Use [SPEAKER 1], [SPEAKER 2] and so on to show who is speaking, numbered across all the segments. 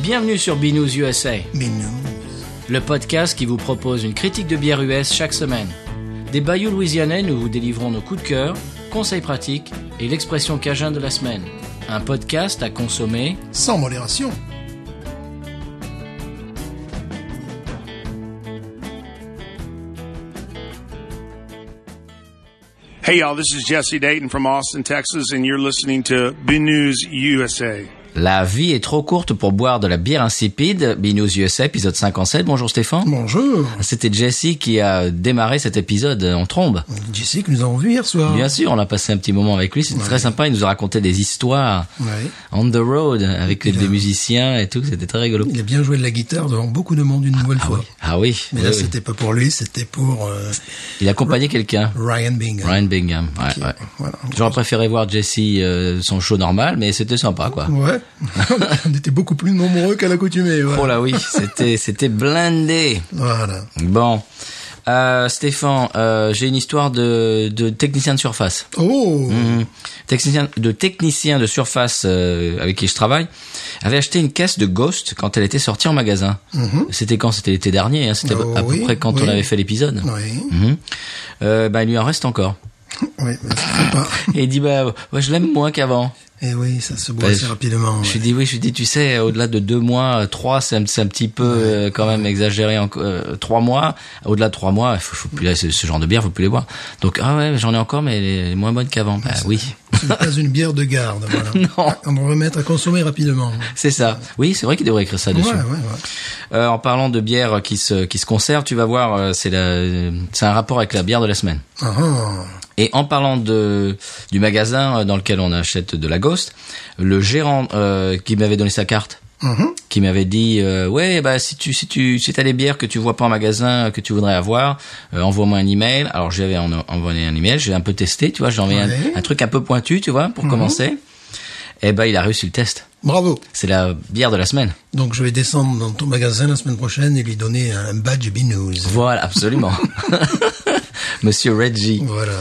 [SPEAKER 1] Bienvenue sur Binous USA,
[SPEAKER 2] Mais non.
[SPEAKER 1] le podcast qui vous propose une critique de bière US chaque semaine. Des bayous louisianais, nous vous délivrons nos coups de cœur, conseils pratiques et l'expression cajun de la semaine. Un podcast à consommer.
[SPEAKER 2] Sans modération.
[SPEAKER 3] Hey, y'all, this is Jesse Dayton from Austin, Texas, and you're listening to BNews USA.
[SPEAKER 1] La vie est trop courte pour boire de la bière insipide. Binous USA, épisode 57. Bonjour Stéphane.
[SPEAKER 2] Bonjour.
[SPEAKER 1] C'était Jessie qui a démarré cet épisode en trombe.
[SPEAKER 2] Jesse que nous avons vu hier soir.
[SPEAKER 1] Bien sûr, on a passé un petit moment avec lui, c'était très sympa, il nous a raconté des histoires
[SPEAKER 2] Ouais.
[SPEAKER 1] on the road avec les, des musiciens et tout, c'était très rigolo.
[SPEAKER 2] Il a bien joué de la guitare devant beaucoup de monde une nouvelle
[SPEAKER 1] Ah
[SPEAKER 2] fois.
[SPEAKER 1] oui, ah oui,
[SPEAKER 2] Mais
[SPEAKER 1] oui,
[SPEAKER 2] là,
[SPEAKER 1] oui.
[SPEAKER 2] c'était pas pour lui, c'était pour euh,
[SPEAKER 1] il accompagnait quelqu'un,
[SPEAKER 2] Ryan Bingham.
[SPEAKER 1] Ryan Bingham. Ouais,
[SPEAKER 2] Qui-
[SPEAKER 1] ouais.
[SPEAKER 2] Voilà.
[SPEAKER 1] J'aurais préféré voir Jesse euh, son show normal, mais c'était sympa quoi.
[SPEAKER 2] Ouais. On était beaucoup plus nombreux qu'à l'accoutumée. ouais.
[SPEAKER 1] Oh là oui, c'était c'était blindé.
[SPEAKER 2] Voilà.
[SPEAKER 1] Bon, euh, Stéphane, euh, j'ai une histoire de, de technicien de surface.
[SPEAKER 2] Oh.
[SPEAKER 1] Mhm. technicien de technicien de surface euh, avec qui je travaille avait acheté une caisse de Ghost quand elle était sortie en magasin. C'était quand C'était l'été dernier. hein, C'était
[SPEAKER 2] Mhm. Oh
[SPEAKER 1] à peu
[SPEAKER 2] oui,
[SPEAKER 1] près quand
[SPEAKER 2] oui.
[SPEAKER 1] on avait fait l'épisode.
[SPEAKER 2] Oui.
[SPEAKER 1] Mhm. Euh, bah, il lui en reste encore.
[SPEAKER 2] Oui, mais c'est sympa.
[SPEAKER 1] Et il dit bah ouais, je l'aime moins qu'avant.
[SPEAKER 2] Et oui, ça se boit
[SPEAKER 1] Bah,
[SPEAKER 2] assez rapidement.
[SPEAKER 1] Je lui
[SPEAKER 2] ouais.
[SPEAKER 1] dis oui, je lui dis tu sais au-delà de deux mois, euh, trois c'est un, c'est un petit peu euh, quand même exagéré. en- euh, trois mois, au-delà de trois mois, faut, faut plus ce, ce genre de bière, faut plus les boire. Donc ah ouais, j'en ai encore, mais elle est moins bonne qu'avant.
[SPEAKER 2] Ah,
[SPEAKER 1] Bah, oui.
[SPEAKER 2] Ce n'est pas une bière de garde. Voilà.
[SPEAKER 1] Non.
[SPEAKER 2] On va mettre à consommer rapidement.
[SPEAKER 1] C'est ça. Oui, c'est vrai qu'il devrait écrire ça
[SPEAKER 2] Ouais,
[SPEAKER 1] dessus.
[SPEAKER 2] ouais, ouais.
[SPEAKER 1] Euh, en parlant de bière qui se qui se conserve, tu vas voir, euh, c'est la euh, c'est un rapport avec la bière de la semaine.
[SPEAKER 2] Ah, ah.
[SPEAKER 1] Et en parlant de du magasin euh, dans lequel on achète de la Ghost, le gérant euh, qui m'avait donné sa carte,
[SPEAKER 2] Mhm.
[SPEAKER 1] qui m'avait dit euh, ouais bah si tu si tu si t'as des bières que tu vois pas en magasin euh, que tu voudrais avoir, euh, envoie-moi un email. Alors j'avais en- envoyé un email, j'ai un peu testé, tu vois, j'ai envoyé un-
[SPEAKER 2] Ouais.
[SPEAKER 1] un, truc un peu pointu, tu vois, pour commencer. Et ben il a réussi le test.
[SPEAKER 2] Bravo.
[SPEAKER 1] C'est la bière de la semaine.
[SPEAKER 2] Donc je vais descendre dans ton magasin la semaine prochaine et lui donner un badge Binous.
[SPEAKER 1] Voilà, absolument. Monsieur Reggie.
[SPEAKER 2] Voilà.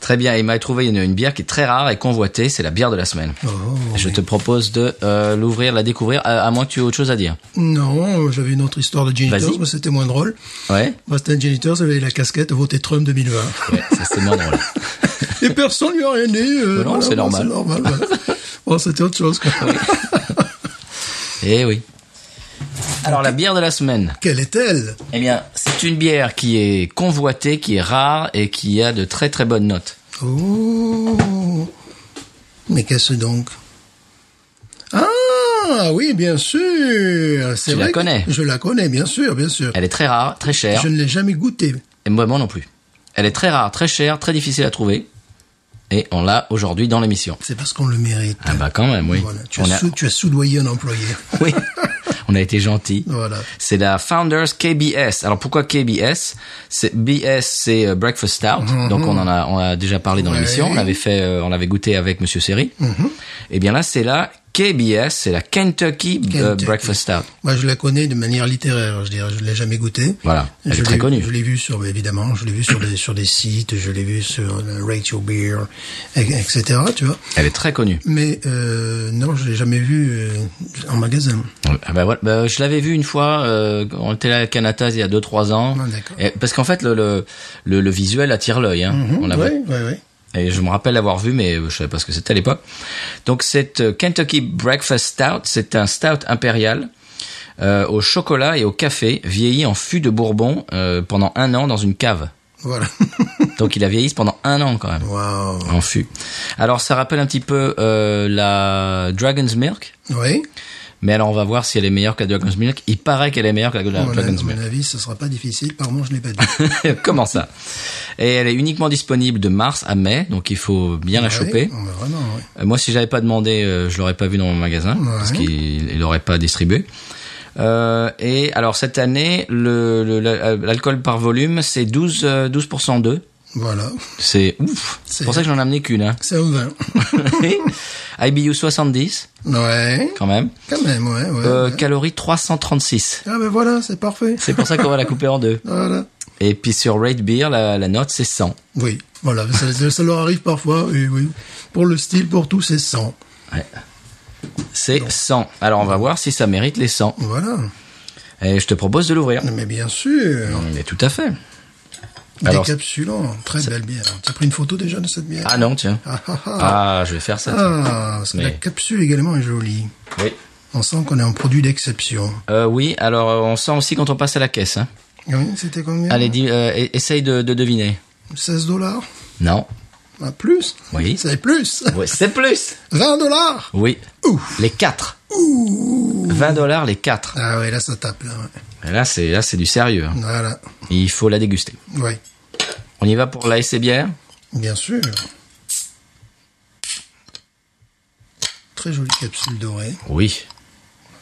[SPEAKER 1] Très bien, il m'a trouvé une, une bière qui est très rare et convoitée, c'est la bière de la semaine.
[SPEAKER 2] Oh,
[SPEAKER 1] Je
[SPEAKER 2] mais-
[SPEAKER 1] te propose de euh, l'ouvrir, la découvrir, à, à moins que tu aies autre chose à dire.
[SPEAKER 2] Non, j'avais une autre histoire de
[SPEAKER 1] Vas-y.
[SPEAKER 2] Janitors, mais c'était moins drôle.
[SPEAKER 1] Ouais,
[SPEAKER 2] Moi, c'était un Janitors, avait la casquette voté Trump 2020.
[SPEAKER 1] ouais ça c'est moins drôle.
[SPEAKER 2] et personne lui a rien dit. euh,
[SPEAKER 1] Bah Non,
[SPEAKER 2] voilà,
[SPEAKER 1] c'est
[SPEAKER 2] bon,
[SPEAKER 1] normal.
[SPEAKER 2] voilà. bah. bon, c'était autre chose. quoi.
[SPEAKER 1] Eh oui. Alors la bière de la semaine,
[SPEAKER 2] Quelle est-elle
[SPEAKER 1] eh bien c'est une bière qui est convoitée, qui est rare et qui a de très très bonnes notes.
[SPEAKER 2] Oh Mais qu'est-ce donc Ah oui, bien sûr. C'est
[SPEAKER 1] Tu la
[SPEAKER 2] vrai que
[SPEAKER 1] connais
[SPEAKER 2] Je la connais, bien sûr, bien sûr.
[SPEAKER 1] Elle est très rare, très chère,
[SPEAKER 2] Je ne l'ai jamais goûtée.
[SPEAKER 1] et moi, moi non plus. Elle est très rare, très chère, très difficile à trouver, et on l'a aujourd'hui dans l'émission.
[SPEAKER 2] C'est parce qu'on le mérite.
[SPEAKER 1] Ah bah quand même, oui.
[SPEAKER 2] Voilà, tu,
[SPEAKER 1] On
[SPEAKER 2] as
[SPEAKER 1] a-
[SPEAKER 2] sou- tu as soudoyé un employé.
[SPEAKER 1] Oui, on a été gentil.
[SPEAKER 2] Voilà.
[SPEAKER 1] C'est la Founders KBS. Alors pourquoi KBS C'est BS, c'est euh, Breakfast Stout.
[SPEAKER 2] Mm-hmm.
[SPEAKER 1] Donc on en a, on a déjà parlé dans
[SPEAKER 2] Ouais.
[SPEAKER 1] l'émission. On l'avait fait, euh, on l'avait goûté avec Monsieur Seri.
[SPEAKER 2] Mm-hmm.
[SPEAKER 1] Et bien là, c'est la KBS, c'est la Kentucky, euh,
[SPEAKER 2] Kentucky.
[SPEAKER 1] Breakfast Stout.
[SPEAKER 2] Moi, je la connais de manière littéraire, je dirais. Je l'ai jamais goûtée.
[SPEAKER 1] Voilà. Elle
[SPEAKER 2] Je
[SPEAKER 1] est très
[SPEAKER 2] l'ai-
[SPEAKER 1] connue.
[SPEAKER 2] Je l'ai vue sur, évidemment, je l'ai vue sur des, sur des sites, je l'ai vue sur euh, Rate Your Beer, et- etc., tu vois.
[SPEAKER 1] Elle est très connue.
[SPEAKER 2] Mais, euh, non, je l'ai jamais vue euh, en magasin.
[SPEAKER 1] Ah bah voilà. Bah, je l'avais vu une fois. euh, on était là à Canada il y a 2-3 ans.
[SPEAKER 2] Ah, d'accord.
[SPEAKER 1] Et- parce qu'en fait, le, le, le, le visuel attire l'œil. Hein. On la voit
[SPEAKER 2] Mm-hmm. Oui, oui, oui.
[SPEAKER 1] Et je me rappelle l'avoir vu, mais je savais pas ce que c'était à l'époque. Donc cette euh, Kentucky Breakfast Stout, c'est un stout impérial euh, au chocolat et au café, vieilli en fût de Bourbon euh, pendant un an dans une cave.
[SPEAKER 2] Voilà.
[SPEAKER 1] Donc il a vieilli pendant un an quand même
[SPEAKER 2] Waouh.
[SPEAKER 1] en fût. Alors ça rappelle un petit peu euh, la Dragon's Milk,
[SPEAKER 2] Oui.
[SPEAKER 1] mais alors on va voir si elle est meilleure que la Dragon's Milk. Il paraît qu'elle est meilleure que la
[SPEAKER 2] À mon,
[SPEAKER 1] Dragon's
[SPEAKER 2] à
[SPEAKER 1] Milk.
[SPEAKER 2] mon avis, ce sera pas difficile. Pardon, je l'ai pas dit.
[SPEAKER 1] Comment ça Et elle est uniquement disponible de mars à mai, donc il faut bien la
[SPEAKER 2] Ouais,
[SPEAKER 1] choper.
[SPEAKER 2] on va vraiment, Ah oui.
[SPEAKER 1] Euh, Moi, si j'avais pas demandé, euh, je l'aurais pas vu dans mon magasin
[SPEAKER 2] Ouais.
[SPEAKER 1] parce qu'il il aurait pas distribué. Euh, et alors cette année, le- le- la- euh, l'alcool par volume, c'est 12 euh, 12% d'eux.
[SPEAKER 2] Voilà.
[SPEAKER 1] C'est ouf. C'est
[SPEAKER 2] C'est-
[SPEAKER 1] pour ça que j'en ai amené qu'une. Hein.
[SPEAKER 2] C'est un vin.
[SPEAKER 1] IBU 70
[SPEAKER 2] ouais.
[SPEAKER 1] quand même.
[SPEAKER 2] Quand même, ouais, ouais.
[SPEAKER 1] Euh,
[SPEAKER 2] ouais.
[SPEAKER 1] Calories 336.
[SPEAKER 2] Ah ben voilà, c'est parfait.
[SPEAKER 1] C'est pour ça qu'on va la couper en deux.
[SPEAKER 2] Voilà.
[SPEAKER 1] Et puis sur Rate Beer, la, la note c'est 100.
[SPEAKER 2] Oui, voilà, ça, ça leur arrive parfois, oui, oui. Pour le style, pour tout, c'est 100.
[SPEAKER 1] Ouais. C'est 100. Alors on va voir si ça mérite les 100.
[SPEAKER 2] Voilà.
[SPEAKER 1] Et je te propose de l'ouvrir.
[SPEAKER 2] Mais bien sûr.
[SPEAKER 1] Mais tout à fait. Alors-
[SPEAKER 2] Décapsulant. Très belle bière. Tu as pris une photo déjà de cette bière
[SPEAKER 1] Ah non, tiens.
[SPEAKER 2] Ah, ah, ah.
[SPEAKER 1] Ah, je vais faire ça. tiens.
[SPEAKER 2] Ah, parce que la
[SPEAKER 1] Mais-
[SPEAKER 2] capsule également est jolie.
[SPEAKER 1] Oui.
[SPEAKER 2] On sent qu'on est un produit d'exception.
[SPEAKER 1] Euh, oui, alors euh, on sent aussi quand on passe à la caisse. Hein.
[SPEAKER 2] Oui, c'était combien
[SPEAKER 1] Allez, dis, euh, e- essaye de, de deviner.
[SPEAKER 2] 16 dollars
[SPEAKER 1] Non.
[SPEAKER 2] Ah, Plus
[SPEAKER 1] Oui.
[SPEAKER 2] C'est plus
[SPEAKER 1] Ouais, c'est plus
[SPEAKER 2] 20 dollars
[SPEAKER 1] Oui.
[SPEAKER 2] Ouf.
[SPEAKER 1] Les 4. 20 dollars les 4.
[SPEAKER 2] Ah ouais, là ça tape. Là, ouais.
[SPEAKER 1] Là, c'est là c'est du sérieux. hein.
[SPEAKER 2] Voilà.
[SPEAKER 1] Il faut la déguster.
[SPEAKER 2] Oui,
[SPEAKER 1] On y va pour la essai bière
[SPEAKER 2] bien sûr. Très jolie capsule dorée.
[SPEAKER 1] Oui.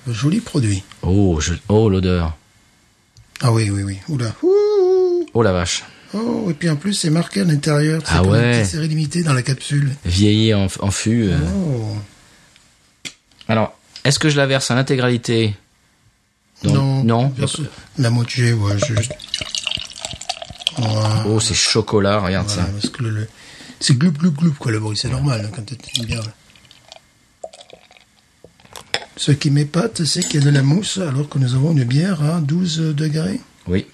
[SPEAKER 2] Joli produit.
[SPEAKER 1] Oh, je... oh l'odeur.
[SPEAKER 2] Ah oui, oui, oui. Oula. Ouh.
[SPEAKER 1] Oh la vache.
[SPEAKER 2] Oh, et puis en plus, c'est marqué à l'intérieur. C'est
[SPEAKER 1] Ah
[SPEAKER 2] comme
[SPEAKER 1] ouais.
[SPEAKER 2] une petite série limitée dans la capsule.
[SPEAKER 1] Vieilli en, en fût. euh.
[SPEAKER 2] Oh.
[SPEAKER 1] Alors, est-ce que je la verse en intégralité
[SPEAKER 2] non.
[SPEAKER 1] Non.
[SPEAKER 2] perso- La moitié, ouais, juste. Voilà.
[SPEAKER 1] Oh, c'est chocolat, regarde
[SPEAKER 2] Voilà,
[SPEAKER 1] ça.
[SPEAKER 2] parce que le, le- c'est gloup gloup gloup quoi le bruit, c'est normal hein, quand t'es bien. Ce qui m'épate, c'est qu'il y a de la mousse alors que nous avons une bière à 12 degrés.
[SPEAKER 1] Oui.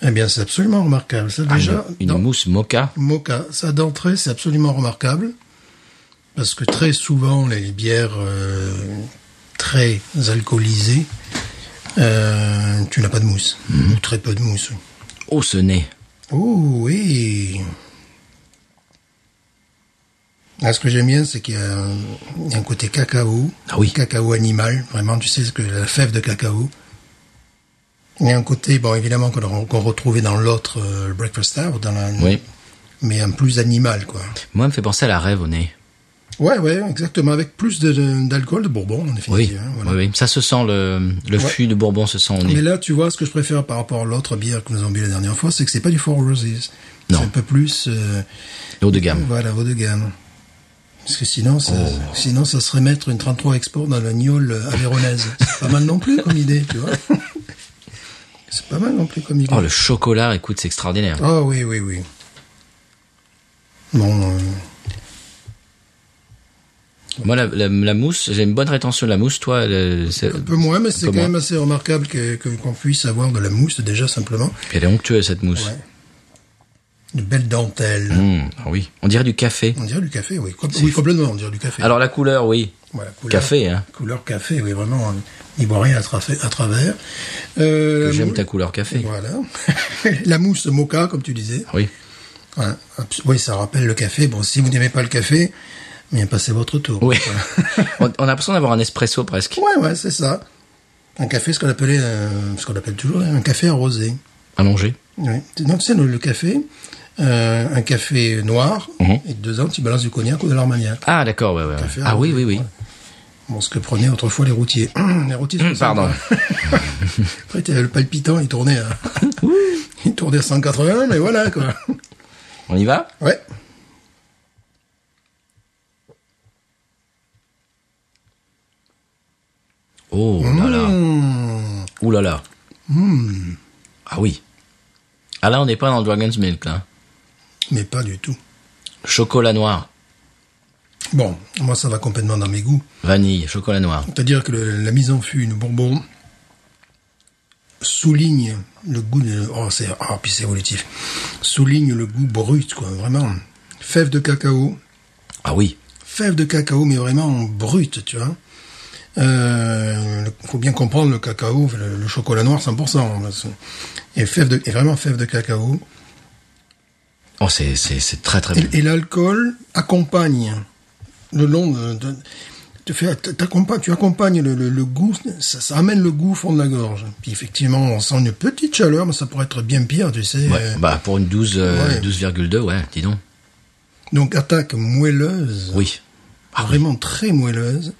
[SPEAKER 2] Eh bien, c'est absolument remarquable. Ça déjà,
[SPEAKER 1] Ah, Une
[SPEAKER 2] dans-
[SPEAKER 1] mousse mocha.
[SPEAKER 2] mocha, ça d'entrée, c'est absolument remarquable parce que très souvent les bières euh, très alcoolisées, euh, tu n'as pas de mousse
[SPEAKER 1] Mhm.
[SPEAKER 2] ou très peu de mousse.
[SPEAKER 1] Oh, ce nez.
[SPEAKER 2] Oh oui. Ah, ce que j'aime bien, c'est qu'il y a un, il y a un côté cacao,
[SPEAKER 1] Ah oui.
[SPEAKER 2] cacao animal, vraiment, tu sais ce que la fève de cacao. Il y a un côté, bon, évidemment, qu'on re- qu'on retrouvait dans l'autre euh, le Breakfast Hour, dans la,
[SPEAKER 1] Oui.
[SPEAKER 2] mais un plus animal, quoi.
[SPEAKER 1] Moi, elle me fait penser à la rêve au nez.
[SPEAKER 2] Ouais, ouais, exactement, avec plus de- de- d'alcool, de, bourbon, en
[SPEAKER 1] Oui.
[SPEAKER 2] définitive. hein, voilà.
[SPEAKER 1] oui, oui. Ça se sent, le, le fût de Bourbon se sent au nez.
[SPEAKER 2] Mais là, tu vois, ce que je préfère par rapport à l'autre bière que nous avons bu la dernière fois, c'est que c'est pas du Four Roses.
[SPEAKER 1] Non.
[SPEAKER 2] C'est un peu plus... euh,
[SPEAKER 1] Haut de gamme.
[SPEAKER 2] Voilà, haut de gamme. Parce que sinon, ça,
[SPEAKER 1] Oh.
[SPEAKER 2] sinon, ça serait mettre une 33 Export dans la gnôle euh, avéronaise. C'est pas mal non plus comme idée, tu vois. C'est pas mal non plus comme idée.
[SPEAKER 1] Oh, le chocolat, écoute, c'est extraordinaire.
[SPEAKER 2] Oh, oui, oui, oui. Bon, euh,
[SPEAKER 1] Moi, la, la- la mousse, j'ai une bonne rétention de la mousse. Toi, le- c'est-
[SPEAKER 2] un peu moins, mais c'est
[SPEAKER 1] peu
[SPEAKER 2] quand
[SPEAKER 1] moins.
[SPEAKER 2] même assez remarquable que- que- qu'on puisse avoir de la mousse, déjà, simplement.
[SPEAKER 1] elle est onctueuse, cette mousse.
[SPEAKER 2] Ouais. De belles dentelles.
[SPEAKER 1] Mmh, ah oui. On dirait du café.
[SPEAKER 2] On dirait du café, oui. Com- oui, complètement, on dirait du café.
[SPEAKER 1] Alors, la couleur, oui.
[SPEAKER 2] Voilà, couleur-
[SPEAKER 1] Café, hein.
[SPEAKER 2] Couleur café, oui, vraiment, on n'y voit rien à, trafe- à travers. Euh, la
[SPEAKER 1] J'aime
[SPEAKER 2] mou-
[SPEAKER 1] ta couleur café.
[SPEAKER 2] Voilà. la mousse mocha, comme tu disais.
[SPEAKER 1] Oui.
[SPEAKER 2] Voilà. Abs- Oui, ça rappelle le café. Bon, si vous n'aimez pas le café, bien passez votre tour.
[SPEAKER 1] Oui.
[SPEAKER 2] Voilà.
[SPEAKER 1] on, on a l'impression d'avoir un espresso presque.
[SPEAKER 2] ouais, ouais, c'est ça. Un café, ce qu'on appelait, euh, ce qu'on appelle toujours, hein, un café arrosé.
[SPEAKER 1] Allongé.
[SPEAKER 2] Oui. Donc, tu sais, le, le café, euh, un café noir,
[SPEAKER 1] Mhm.
[SPEAKER 2] et dedans, tu balances du cognac ou de l'armagnac.
[SPEAKER 1] Ah, d'accord, ouais, ouais, ouais.
[SPEAKER 2] Café
[SPEAKER 1] Ah oui,
[SPEAKER 2] arrosé,
[SPEAKER 1] oui, oui.
[SPEAKER 2] voilà. Bon, ce que prenaient autrefois les routiers. les routiers,
[SPEAKER 1] Hum, pardon.
[SPEAKER 2] Après, t'avais le palpitant, il tournait à... il tournait à 180, mais voilà, quoi.
[SPEAKER 1] On y va
[SPEAKER 2] Ouais.
[SPEAKER 1] Oh là
[SPEAKER 2] Mmh.
[SPEAKER 1] là. Ouh là là.
[SPEAKER 2] Hmm.
[SPEAKER 1] Ah oui. Ah là, on n'est pas dans Dragon's Milk, là.
[SPEAKER 2] Mais pas du tout.
[SPEAKER 1] Chocolat noir.
[SPEAKER 2] Bon, moi, ça va complètement dans mes goûts.
[SPEAKER 1] Vanille, chocolat noir.
[SPEAKER 2] C'est-à-dire que le- la mise en fût, une bourbon, souligne le goût de... Oh, c'est... Oh, puis c'est évolutif. Souligne le goût brut, quoi, vraiment. Fève de cacao,
[SPEAKER 1] Ah oui.
[SPEAKER 2] fève de cacao, mais vraiment brute, tu vois. Euh, le- faut bien comprendre le cacao, le, le chocolat noir 100%. hein, c'est- Et, fève de, et vraiment fève de cacao.
[SPEAKER 1] Oh, c'est, c'est, c'est très très bien.
[SPEAKER 2] Et, et l'alcool accompagne le long de... de- te fait- t'accompagnes- tu accompagnes le, le- le goût, ça, ça amène le goût au fond de la gorge. Puis effectivement, on sent une petite chaleur, mais ça pourrait être bien pire, tu sais.
[SPEAKER 1] Ouais.
[SPEAKER 2] Euh,
[SPEAKER 1] Bah, pour une 12, euh,
[SPEAKER 2] ouais.
[SPEAKER 1] 12,2, ouais, dis donc.
[SPEAKER 2] Donc attaque moelleuse,
[SPEAKER 1] Oui. Ah oui,
[SPEAKER 2] vraiment très moelleuse.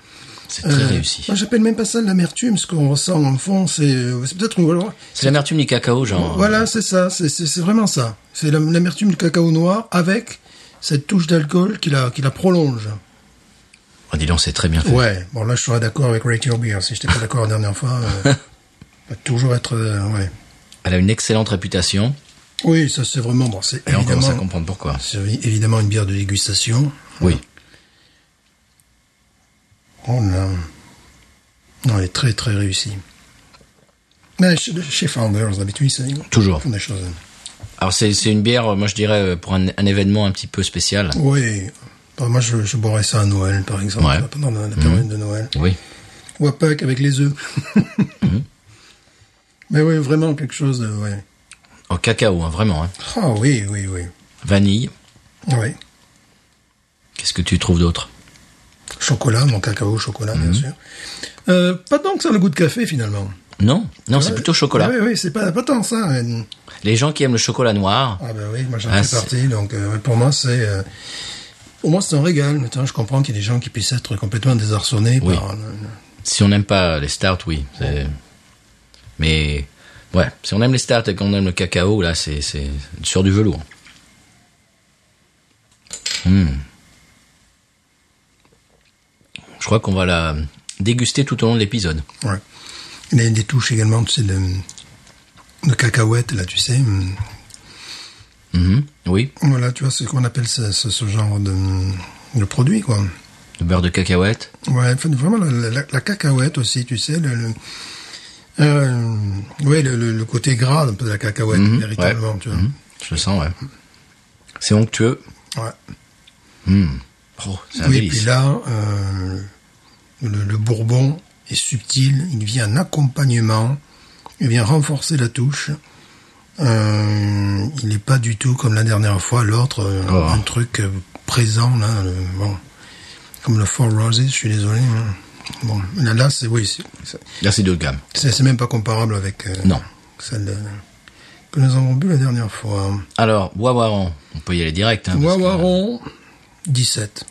[SPEAKER 1] c'est très
[SPEAKER 2] Euh,
[SPEAKER 1] réussi.
[SPEAKER 2] Moi, j'appelle même pas ça de l'amertume. Ce qu'on ressent en fond, c'est euh, c'est peut-être une. Voilà,
[SPEAKER 1] C'est l'amertume du cacao, genre.
[SPEAKER 2] voilà, c'est ça. C'est- C'est c'est vraiment ça. C'est l'am- l'amertume du cacao noir avec cette touche d'alcool qui la, qui la prolonge.
[SPEAKER 1] Oh, dis donc, c'est très bien fait.
[SPEAKER 2] Ouais. Bon, là, je serais d'accord avec Rate Your Beer. Si j'étais pas d'accord la dernière fois, euh, va toujours être. euh, ouais.
[SPEAKER 1] Elle a une excellente réputation.
[SPEAKER 2] Oui, ça, c'est vraiment. Bon, c'est
[SPEAKER 1] Et on commence à
[SPEAKER 2] évidemment,
[SPEAKER 1] comprendre pourquoi.
[SPEAKER 2] c'est évidemment une bière de dégustation.
[SPEAKER 1] Oui.
[SPEAKER 2] Oh là. Non, elle est très très réussie. Mais chez, chez Founders, d'habitude, ils
[SPEAKER 1] Toujours.
[SPEAKER 2] font des choses.
[SPEAKER 1] Alors c'est c'est une bière, euh, moi je dirais euh, pour un, un événement un petit peu spécial.
[SPEAKER 2] Oui. Bah, moi, je, je boirais ça à Noël, par exemple,
[SPEAKER 1] Ouais. Mhm.
[SPEAKER 2] pendant la, la période de Noël.
[SPEAKER 1] Oui.
[SPEAKER 2] Ou à Pâques avec les œufs.
[SPEAKER 1] Mhm.
[SPEAKER 2] Mais oui, vraiment quelque chose de. Ouais.
[SPEAKER 1] En cacao, hein, vraiment. hein.
[SPEAKER 2] Ah oui, oui, oui.
[SPEAKER 1] Vanille.
[SPEAKER 2] Oui.
[SPEAKER 1] Qu'est-ce que tu trouves d'autre
[SPEAKER 2] Chocolat, mon cacao au chocolat,
[SPEAKER 1] Mhm.
[SPEAKER 2] bien sûr. Euh, pas tant que ça le goût de café, finalement.
[SPEAKER 1] Non, non, c'est
[SPEAKER 2] Ouais.
[SPEAKER 1] plutôt chocolat.
[SPEAKER 2] Oui, oui, c'est pas, pas tant ça. euh,
[SPEAKER 1] Les gens qui aiment le chocolat noir.
[SPEAKER 2] Ah ben oui, moi j'en
[SPEAKER 1] Ah,
[SPEAKER 2] fais
[SPEAKER 1] c'est-
[SPEAKER 2] partie, donc euh, pour moi c'est... euh, pour moi c'est un régal. Maintenant, je comprends qu'il y ait des gens qui puissent être complètement désarçonnés
[SPEAKER 1] Oui.
[SPEAKER 2] par... euh, le- le-
[SPEAKER 1] Si on n'aime pas les stouts, oui. c'est- Mais ouais, si on aime les stouts et qu'on aime le cacao, là, c'est c'est sur du velours. Hmm. Je crois qu'on va la déguster tout au long de l'épisode.
[SPEAKER 2] ouais. Il y a des touches également, tu sais, de, de cacahuètes, là, tu sais. hum.
[SPEAKER 1] Mhm. Oui,
[SPEAKER 2] Voilà, tu vois ce qu'on appelle ce, ce- ce genre de, de produit, quoi.
[SPEAKER 1] le beurre de cacahuète.
[SPEAKER 2] Ouais, enfin, vraiment la, la- la cacahuète aussi, tu sais, le... le euh, ouais, le, le- le côté gras un peu de la cacahuète,
[SPEAKER 1] Mhm,
[SPEAKER 2] véritablement,
[SPEAKER 1] ouais.
[SPEAKER 2] tu vois.
[SPEAKER 1] Mhm. Je le sens, ouais. C'est onctueux.
[SPEAKER 2] Ouais.
[SPEAKER 1] Hmm. Oh, c'est un
[SPEAKER 2] Oui, et
[SPEAKER 1] délice.
[SPEAKER 2] puis là, euh, le, le bourbon est subtil, il vient en accompagnement, il vient renforcer la touche. Euh, il n'est pas du tout comme la dernière fois, l'autre, euh,
[SPEAKER 1] Oh.
[SPEAKER 2] un truc euh, présent, là, euh, bon, comme le Four Roses, je suis désolé. hein. Bon, là, là c'est oui, c'est- c'est-
[SPEAKER 1] Là, c'est de gamme.
[SPEAKER 2] c'est c'est même pas comparable avec euh,
[SPEAKER 1] Non.
[SPEAKER 2] celle de- que nous avons bu la dernière fois.
[SPEAKER 1] Alors, Wawaron, on peut y aller direct. Hein, Ah, parce que-
[SPEAKER 2] Wawaron, 17.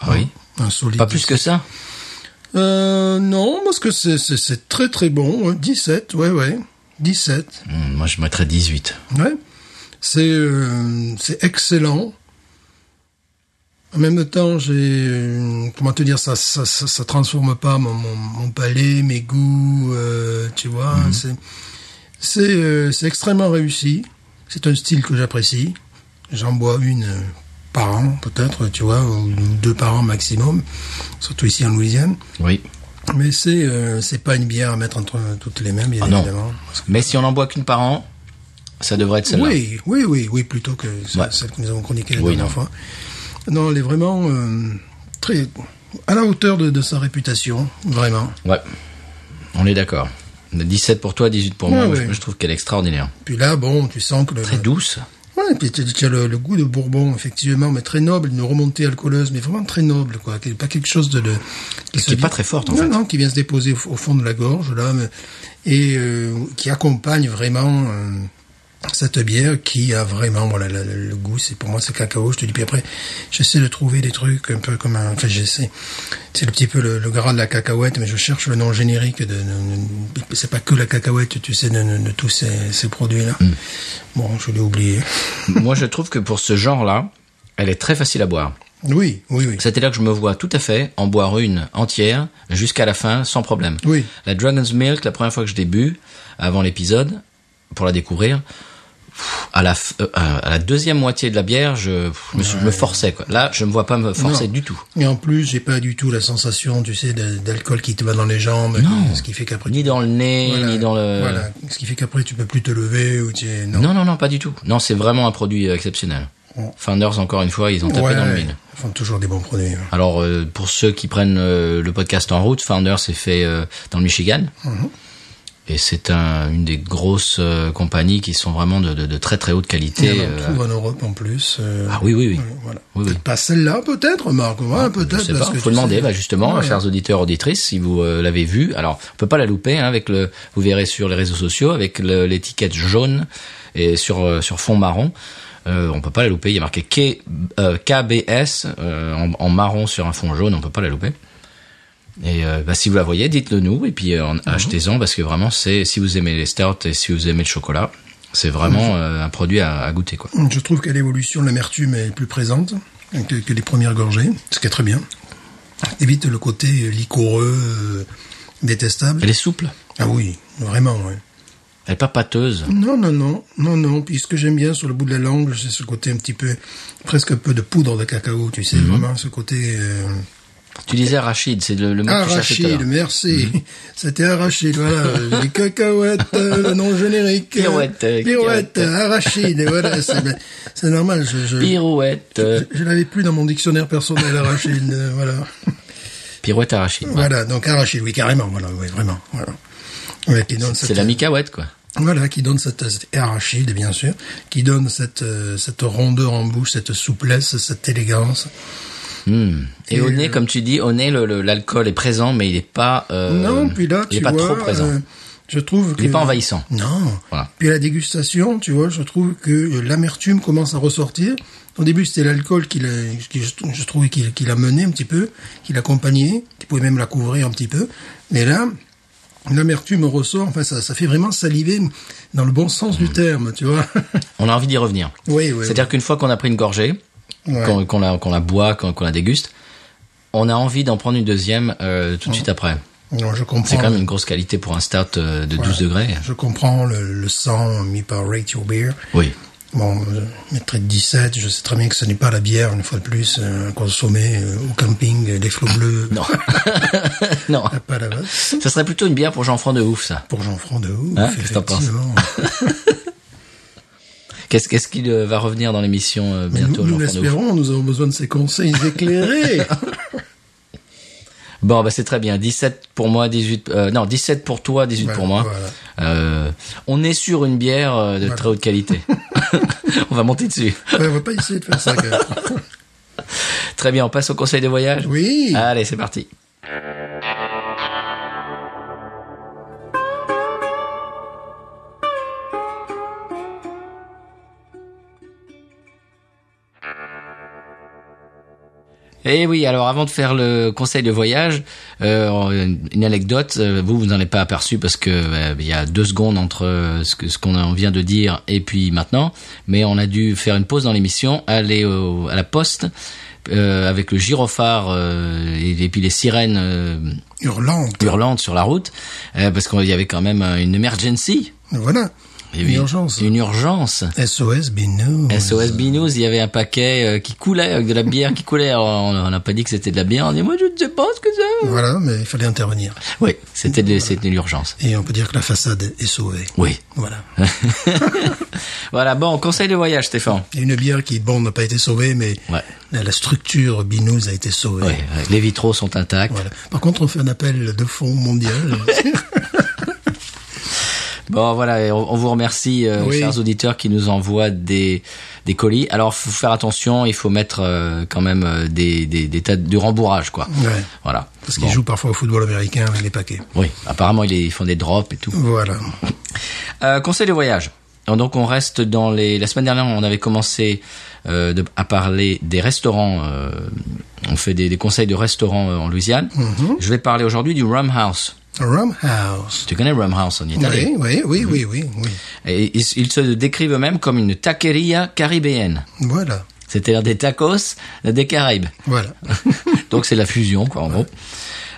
[SPEAKER 1] Ah oui.
[SPEAKER 2] Un solide
[SPEAKER 1] Pas plus que ça
[SPEAKER 2] Euh, non, parce que c'est- c'est c'est très très bon. hein. 17, ouais, ouais. 17,
[SPEAKER 1] Hmm, Moi, je mettrais 18.
[SPEAKER 2] ouais. C'est euh, c'est excellent. En même temps, j'ai... euh, Comment te dire, ça ça, ça, ça transforme pas mon, mon, mon palais, mes goûts, euh, tu vois. C'est c'est euh, c'est extrêmement réussi. C'est un style que j'apprécie. J'en bois une euh, par an, peut-être, tu vois, ou deux par an maximum. Surtout ici en Louisiane.
[SPEAKER 1] Oui.
[SPEAKER 2] Mais c'est euh, c'est pas une bière à mettre entre toutes les mains, bien
[SPEAKER 1] Ah non.
[SPEAKER 2] évidemment. Parce que-
[SPEAKER 1] Mais si on n'en boit qu'une par an, ça devrait être celle-là.
[SPEAKER 2] Oui, oui, oui, oui, plutôt que ce-
[SPEAKER 1] Ouais.
[SPEAKER 2] celle que nous avons chroniquée la
[SPEAKER 1] Oui,
[SPEAKER 2] dernière
[SPEAKER 1] non.
[SPEAKER 2] fois. Non, elle est vraiment euh, très à la hauteur de, de sa réputation, vraiment.
[SPEAKER 1] Ouais. On est d'accord. 17 pour toi, 18 pour
[SPEAKER 2] Ouais,
[SPEAKER 1] moi. Moi,
[SPEAKER 2] ouais.
[SPEAKER 1] Je, je trouve qu'elle est extraordinaire.
[SPEAKER 2] Puis là, bon, tu sens que le,
[SPEAKER 1] Très douce.
[SPEAKER 2] ouais, puis tu, tu as le, le goût de bourbon, effectivement, mais très noble, une remontée alcooleuse, mais vraiment très noble, quoi. Qui- Pas quelque chose de, de qui se
[SPEAKER 1] est pas
[SPEAKER 2] dit-
[SPEAKER 1] très forte, en
[SPEAKER 2] Non,
[SPEAKER 1] fait.
[SPEAKER 2] non, qui vient se déposer au, au fond de la gorge là, mais- et euh, qui accompagne vraiment euh, cette bière qui a vraiment voilà la- la- le goût. C'est pour moi c'est cacao. Je te dis puis après j'essaie de trouver des trucs un peu comme un. Enfin j'essaie. C'est le petit peu le, le gras de la cacahuète, mais je cherche le nom générique de. de- de- c'est pas que la cacahuète, tu sais, de, de- de tous ces, ces produits là.
[SPEAKER 1] Mm.
[SPEAKER 2] Bon, je l'ai oublié.
[SPEAKER 1] moi, je trouve que pour ce genre-là, elle est très facile à boire.
[SPEAKER 2] Oui, oui, oui.
[SPEAKER 1] C'est-à-dire que je me vois tout à fait en boire une entière jusqu'à la fin sans problème.
[SPEAKER 2] Oui.
[SPEAKER 1] La Dragon's Milk, la première fois que je l'ai bu, avant l'épisode, pour la découvrir, pff, à la, f- euh, euh, à la deuxième moitié de la bière, je, pff, je me, suis- je me forçais. Quoi. Là, je me vois pas me forcer
[SPEAKER 2] Non.
[SPEAKER 1] du tout.
[SPEAKER 2] Et en plus, j'ai pas du tout la sensation, tu sais, de- d'alcool qui te va dans les jambes,
[SPEAKER 1] Non.
[SPEAKER 2] ce qui fait qu'après
[SPEAKER 1] Ni dans le nez,
[SPEAKER 2] Voilà,
[SPEAKER 1] ni dans le...
[SPEAKER 2] voilà. Ce qui fait qu'après, tu peux plus te lever ou tu es... Non.
[SPEAKER 1] Euh, Non, non, non, pas du tout. Non, c'est vraiment un produit euh, exceptionnel.
[SPEAKER 2] Ouais.
[SPEAKER 1] Founders, encore une fois, ils ont tapé
[SPEAKER 2] Oh. Ouais,
[SPEAKER 1] dans le mille.
[SPEAKER 2] Ils font toujours des bons produits. hein.
[SPEAKER 1] Alors, euh, pour ceux qui prennent euh, le podcast en route, Founders est fait euh, dans le Michigan.
[SPEAKER 2] Mhm.
[SPEAKER 1] Et c'est un- une des grosses euh, compagnies qui sont vraiment de, de- de très très haute
[SPEAKER 2] Et
[SPEAKER 1] qualité.
[SPEAKER 2] on en
[SPEAKER 1] euh,
[SPEAKER 2] trouve en Europe en plus. euh,
[SPEAKER 1] Ah oui, oui, oui.
[SPEAKER 2] ouais, Voilà.
[SPEAKER 1] Oui, oui.
[SPEAKER 2] Pas celle-là, peut-être, Marc. Ouais,
[SPEAKER 1] Je
[SPEAKER 2] peut-être.
[SPEAKER 1] sais
[SPEAKER 2] parce
[SPEAKER 1] pas,
[SPEAKER 2] que
[SPEAKER 1] faut
[SPEAKER 2] tu
[SPEAKER 1] demander
[SPEAKER 2] sais-
[SPEAKER 1] bah, justement,
[SPEAKER 2] Ouais.
[SPEAKER 1] chers auditeurs auditrices, si vous euh, l'avez vu. Alors, on peut pas la louper hein, avec le vous verrez sur les réseaux sociaux avec le- l'étiquette jaune et sur euh, sur fond marron. Euh, on peut pas la louper, il y a marqué K, euh, KBS euh, en, en marron sur un fond jaune, on peut pas la louper. Et euh, bah, si vous la voyez, dites-le nous et puis euh,
[SPEAKER 2] Mhm.
[SPEAKER 1] en- achetez-en parce que vraiment c'est si vous aimez les stouts et si vous aimez le chocolat, c'est vraiment
[SPEAKER 2] Mhm.
[SPEAKER 1] euh, un produit à, à goûter quoi.
[SPEAKER 2] Je trouve qu'à l'évolution, l'amertume est plus présente que, que les premières gorgées, ce qui est très bien. Évite le côté liquoreux, euh, détestable.
[SPEAKER 1] Elle est souple,
[SPEAKER 2] Ah oui, vraiment, ouais.
[SPEAKER 1] elle est pas pâteuse.
[SPEAKER 2] Non, non, non, non, non. Puis ce que j'aime bien sur le bout de la langue, c'est
[SPEAKER 1] Mhm.
[SPEAKER 2] ce côté un petit peu, presque un peu de poudre de cacao, tu sais, vraiment ce côté euh,
[SPEAKER 1] Tu disais arachide, c'est le, le
[SPEAKER 2] Ah,
[SPEAKER 1] mot que tu cherchais tout à
[SPEAKER 2] Arachide,
[SPEAKER 1] l'heure. Mhm.
[SPEAKER 2] merci. C'était arachide, voilà. Les cacahuètes, euh, le nom générique. euh,
[SPEAKER 1] Pirouette, euh,
[SPEAKER 2] Pirouette,
[SPEAKER 1] pirouette.
[SPEAKER 2] arachide, et voilà. C'est ben, c'est normal, je, je,
[SPEAKER 1] Pirouette. euh,
[SPEAKER 2] je, je l'avais plus dans mon dictionnaire personnel, arachide, euh, voilà.
[SPEAKER 1] Pirouette arachide. ouais.
[SPEAKER 2] Voilà, donc arachide, oui, carrément, voilà, oui, vraiment, voilà. Ouais, qui donne
[SPEAKER 1] C'est
[SPEAKER 2] cette-
[SPEAKER 1] la micaouette, quoi.
[SPEAKER 2] Voilà, qui donne cette, cette arachide, bien sûr, qui donne cette, euh, cette rondeur en bouche, cette souplesse, cette élégance.
[SPEAKER 1] Hmm. Et,
[SPEAKER 2] Et,
[SPEAKER 1] au nez,
[SPEAKER 2] euh,
[SPEAKER 1] comme tu dis, au nez, le- le- l'alcool est présent, mais il n'est pas. euh,
[SPEAKER 2] non, puis là,
[SPEAKER 1] il
[SPEAKER 2] tu
[SPEAKER 1] est pas
[SPEAKER 2] vois,
[SPEAKER 1] trop présent.
[SPEAKER 2] euh, je trouve que...
[SPEAKER 1] il n'est pas envahissant.
[SPEAKER 2] Non.
[SPEAKER 1] Voilà.
[SPEAKER 2] Puis à la dégustation, tu vois, je trouve que euh, l'amertume commence à ressortir. Au début, c'était l'alcool qui, l'a- qui je, trou- je trouvais qu'il qu'il amenait un petit peu, qu'il accompagnait, qui pouvait même la couvrir un petit peu. Mais là, l'amertume ressort. Enfin, ça, ça fait vraiment saliver dans le bon sens du terme, tu vois.
[SPEAKER 1] On a envie d'y revenir.
[SPEAKER 2] oui, oui.
[SPEAKER 1] Mm. C'est-à-dire qu'une fois qu'on a pris une gorgée,
[SPEAKER 2] Ouais.
[SPEAKER 1] qu'on qu'on la, qu'on la boit, qu'on qu'on la déguste, on a envie d'en prendre une deuxième euh, tout de suite après.
[SPEAKER 2] oui. Non, je
[SPEAKER 1] C'est
[SPEAKER 2] comprends.
[SPEAKER 1] quand même une grosse qualité pour un start euh, de 12 degrés.
[SPEAKER 2] Je comprends le, le sang mis par Rate Your Beer.
[SPEAKER 1] Oui.
[SPEAKER 2] Bon, euh, mes traits de 17, je sais très bien que ce n'est pas la bière, une fois de plus, euh, consommée euh, au camping, euh, les flots bleus.
[SPEAKER 1] Non. non.
[SPEAKER 2] Ah, Pas la base.
[SPEAKER 1] Ça serait plutôt une bière pour Jean-François de ouf, ça.
[SPEAKER 2] Pour Jean-Franc de Ouf,
[SPEAKER 1] Hein, qu'est-ce que t'en penses
[SPEAKER 2] effectivement.
[SPEAKER 1] Qu'est-ce qu'est-ce qu'il euh, va revenir dans l'émission euh,
[SPEAKER 2] Mais
[SPEAKER 1] bientôt,
[SPEAKER 2] nous nous
[SPEAKER 1] Jean-François de ouf
[SPEAKER 2] l'espérons, nous avons besoin de ses conseils éclairés.
[SPEAKER 1] Bon, bah, c'est très bien. 17 pour moi, 18... euh, non, 17 pour toi, 18
[SPEAKER 2] Voilà,
[SPEAKER 1] pour moi.
[SPEAKER 2] voilà.
[SPEAKER 1] Euh, on est sur une bière euh, de très haute qualité. on va monter dessus.
[SPEAKER 2] Ouais, on va pas essayer de faire ça. quand même.
[SPEAKER 1] Très bien, on passe au conseil de voyage
[SPEAKER 2] Oui.
[SPEAKER 1] Allez, c'est parti. Eh oui, alors avant de faire le conseil de voyage, euh, une- une anecdote, euh, vous vous n'en êtes pas aperçu parce que euh, il y a deux secondes entre euh, ce que ce qu'on en vient de dire et puis maintenant, mais on a dû faire une pause dans l'émission, aller au- à la poste euh, avec le gyrophare euh, et, et puis les sirènes euh,
[SPEAKER 2] Hurlante.
[SPEAKER 1] hurlantes sur la route, euh, parce qu'il y avait quand même euh, une emergency,
[SPEAKER 2] Voilà.
[SPEAKER 1] Il y
[SPEAKER 2] Une
[SPEAKER 1] avait
[SPEAKER 2] urgence.
[SPEAKER 1] une urgence.
[SPEAKER 2] SOS Binou.
[SPEAKER 1] SOS Binous, il y avait un paquet euh, qui coulait, avec de la bière qui coulait. Alors, on on n'a pas dit que c'était de la bière, on dit moi je ne sais pas ce que c'est.
[SPEAKER 2] Voilà, mais il fallait intervenir.
[SPEAKER 1] Oui, c'était de, c'était de l'urgence.
[SPEAKER 2] Et on peut dire que la façade est sauvée.
[SPEAKER 1] Oui.
[SPEAKER 2] Voilà.
[SPEAKER 1] Voilà, bon, conseil de voyage Stéphane.
[SPEAKER 2] Il y a une bière qui, bon, n'a pas été sauvée, mais
[SPEAKER 1] Ouais.
[SPEAKER 2] la, la structure Binous a été sauvée.
[SPEAKER 1] Oui, oui. les vitraux sont intacts.
[SPEAKER 2] Voilà. Par contre, on fait un appel de fonds mondial.
[SPEAKER 1] Bon, voilà, et on on vous remercie, euh,
[SPEAKER 2] Oui.
[SPEAKER 1] chers auditeurs, qui nous envoient des, des colis. Alors, faut faire attention, il faut mettre euh, quand même euh, des, des, des tas de rembourrage, quoi.
[SPEAKER 2] ouais.
[SPEAKER 1] Voilà.
[SPEAKER 2] Parce qu'ils
[SPEAKER 1] Bon.
[SPEAKER 2] jouent parfois au football américain avec les paquets.
[SPEAKER 1] Oui, apparemment, ils ils font des drops et tout.
[SPEAKER 2] Voilà.
[SPEAKER 1] Euh, conseil de voyage. Donc on reste dans les. La semaine dernière, on avait commencé euh, de- à parler des restaurants. euh, on fait des, des conseils de restaurants euh, en Louisiane. Je vais parler aujourd'hui du Rum House.
[SPEAKER 2] Rum House.
[SPEAKER 1] Tu connais Rum House en Italie
[SPEAKER 2] Oui, oui, oui, oui,
[SPEAKER 1] Mhm.
[SPEAKER 2] oui, oui.
[SPEAKER 1] Et ils, ils se décrivent eux-mêmes comme une taqueria caribéenne,
[SPEAKER 2] Voilà.
[SPEAKER 1] c'est-à-dire des tacos des Caraïbes.
[SPEAKER 2] Voilà.
[SPEAKER 1] Donc c'est la fusion, quoi, en gros.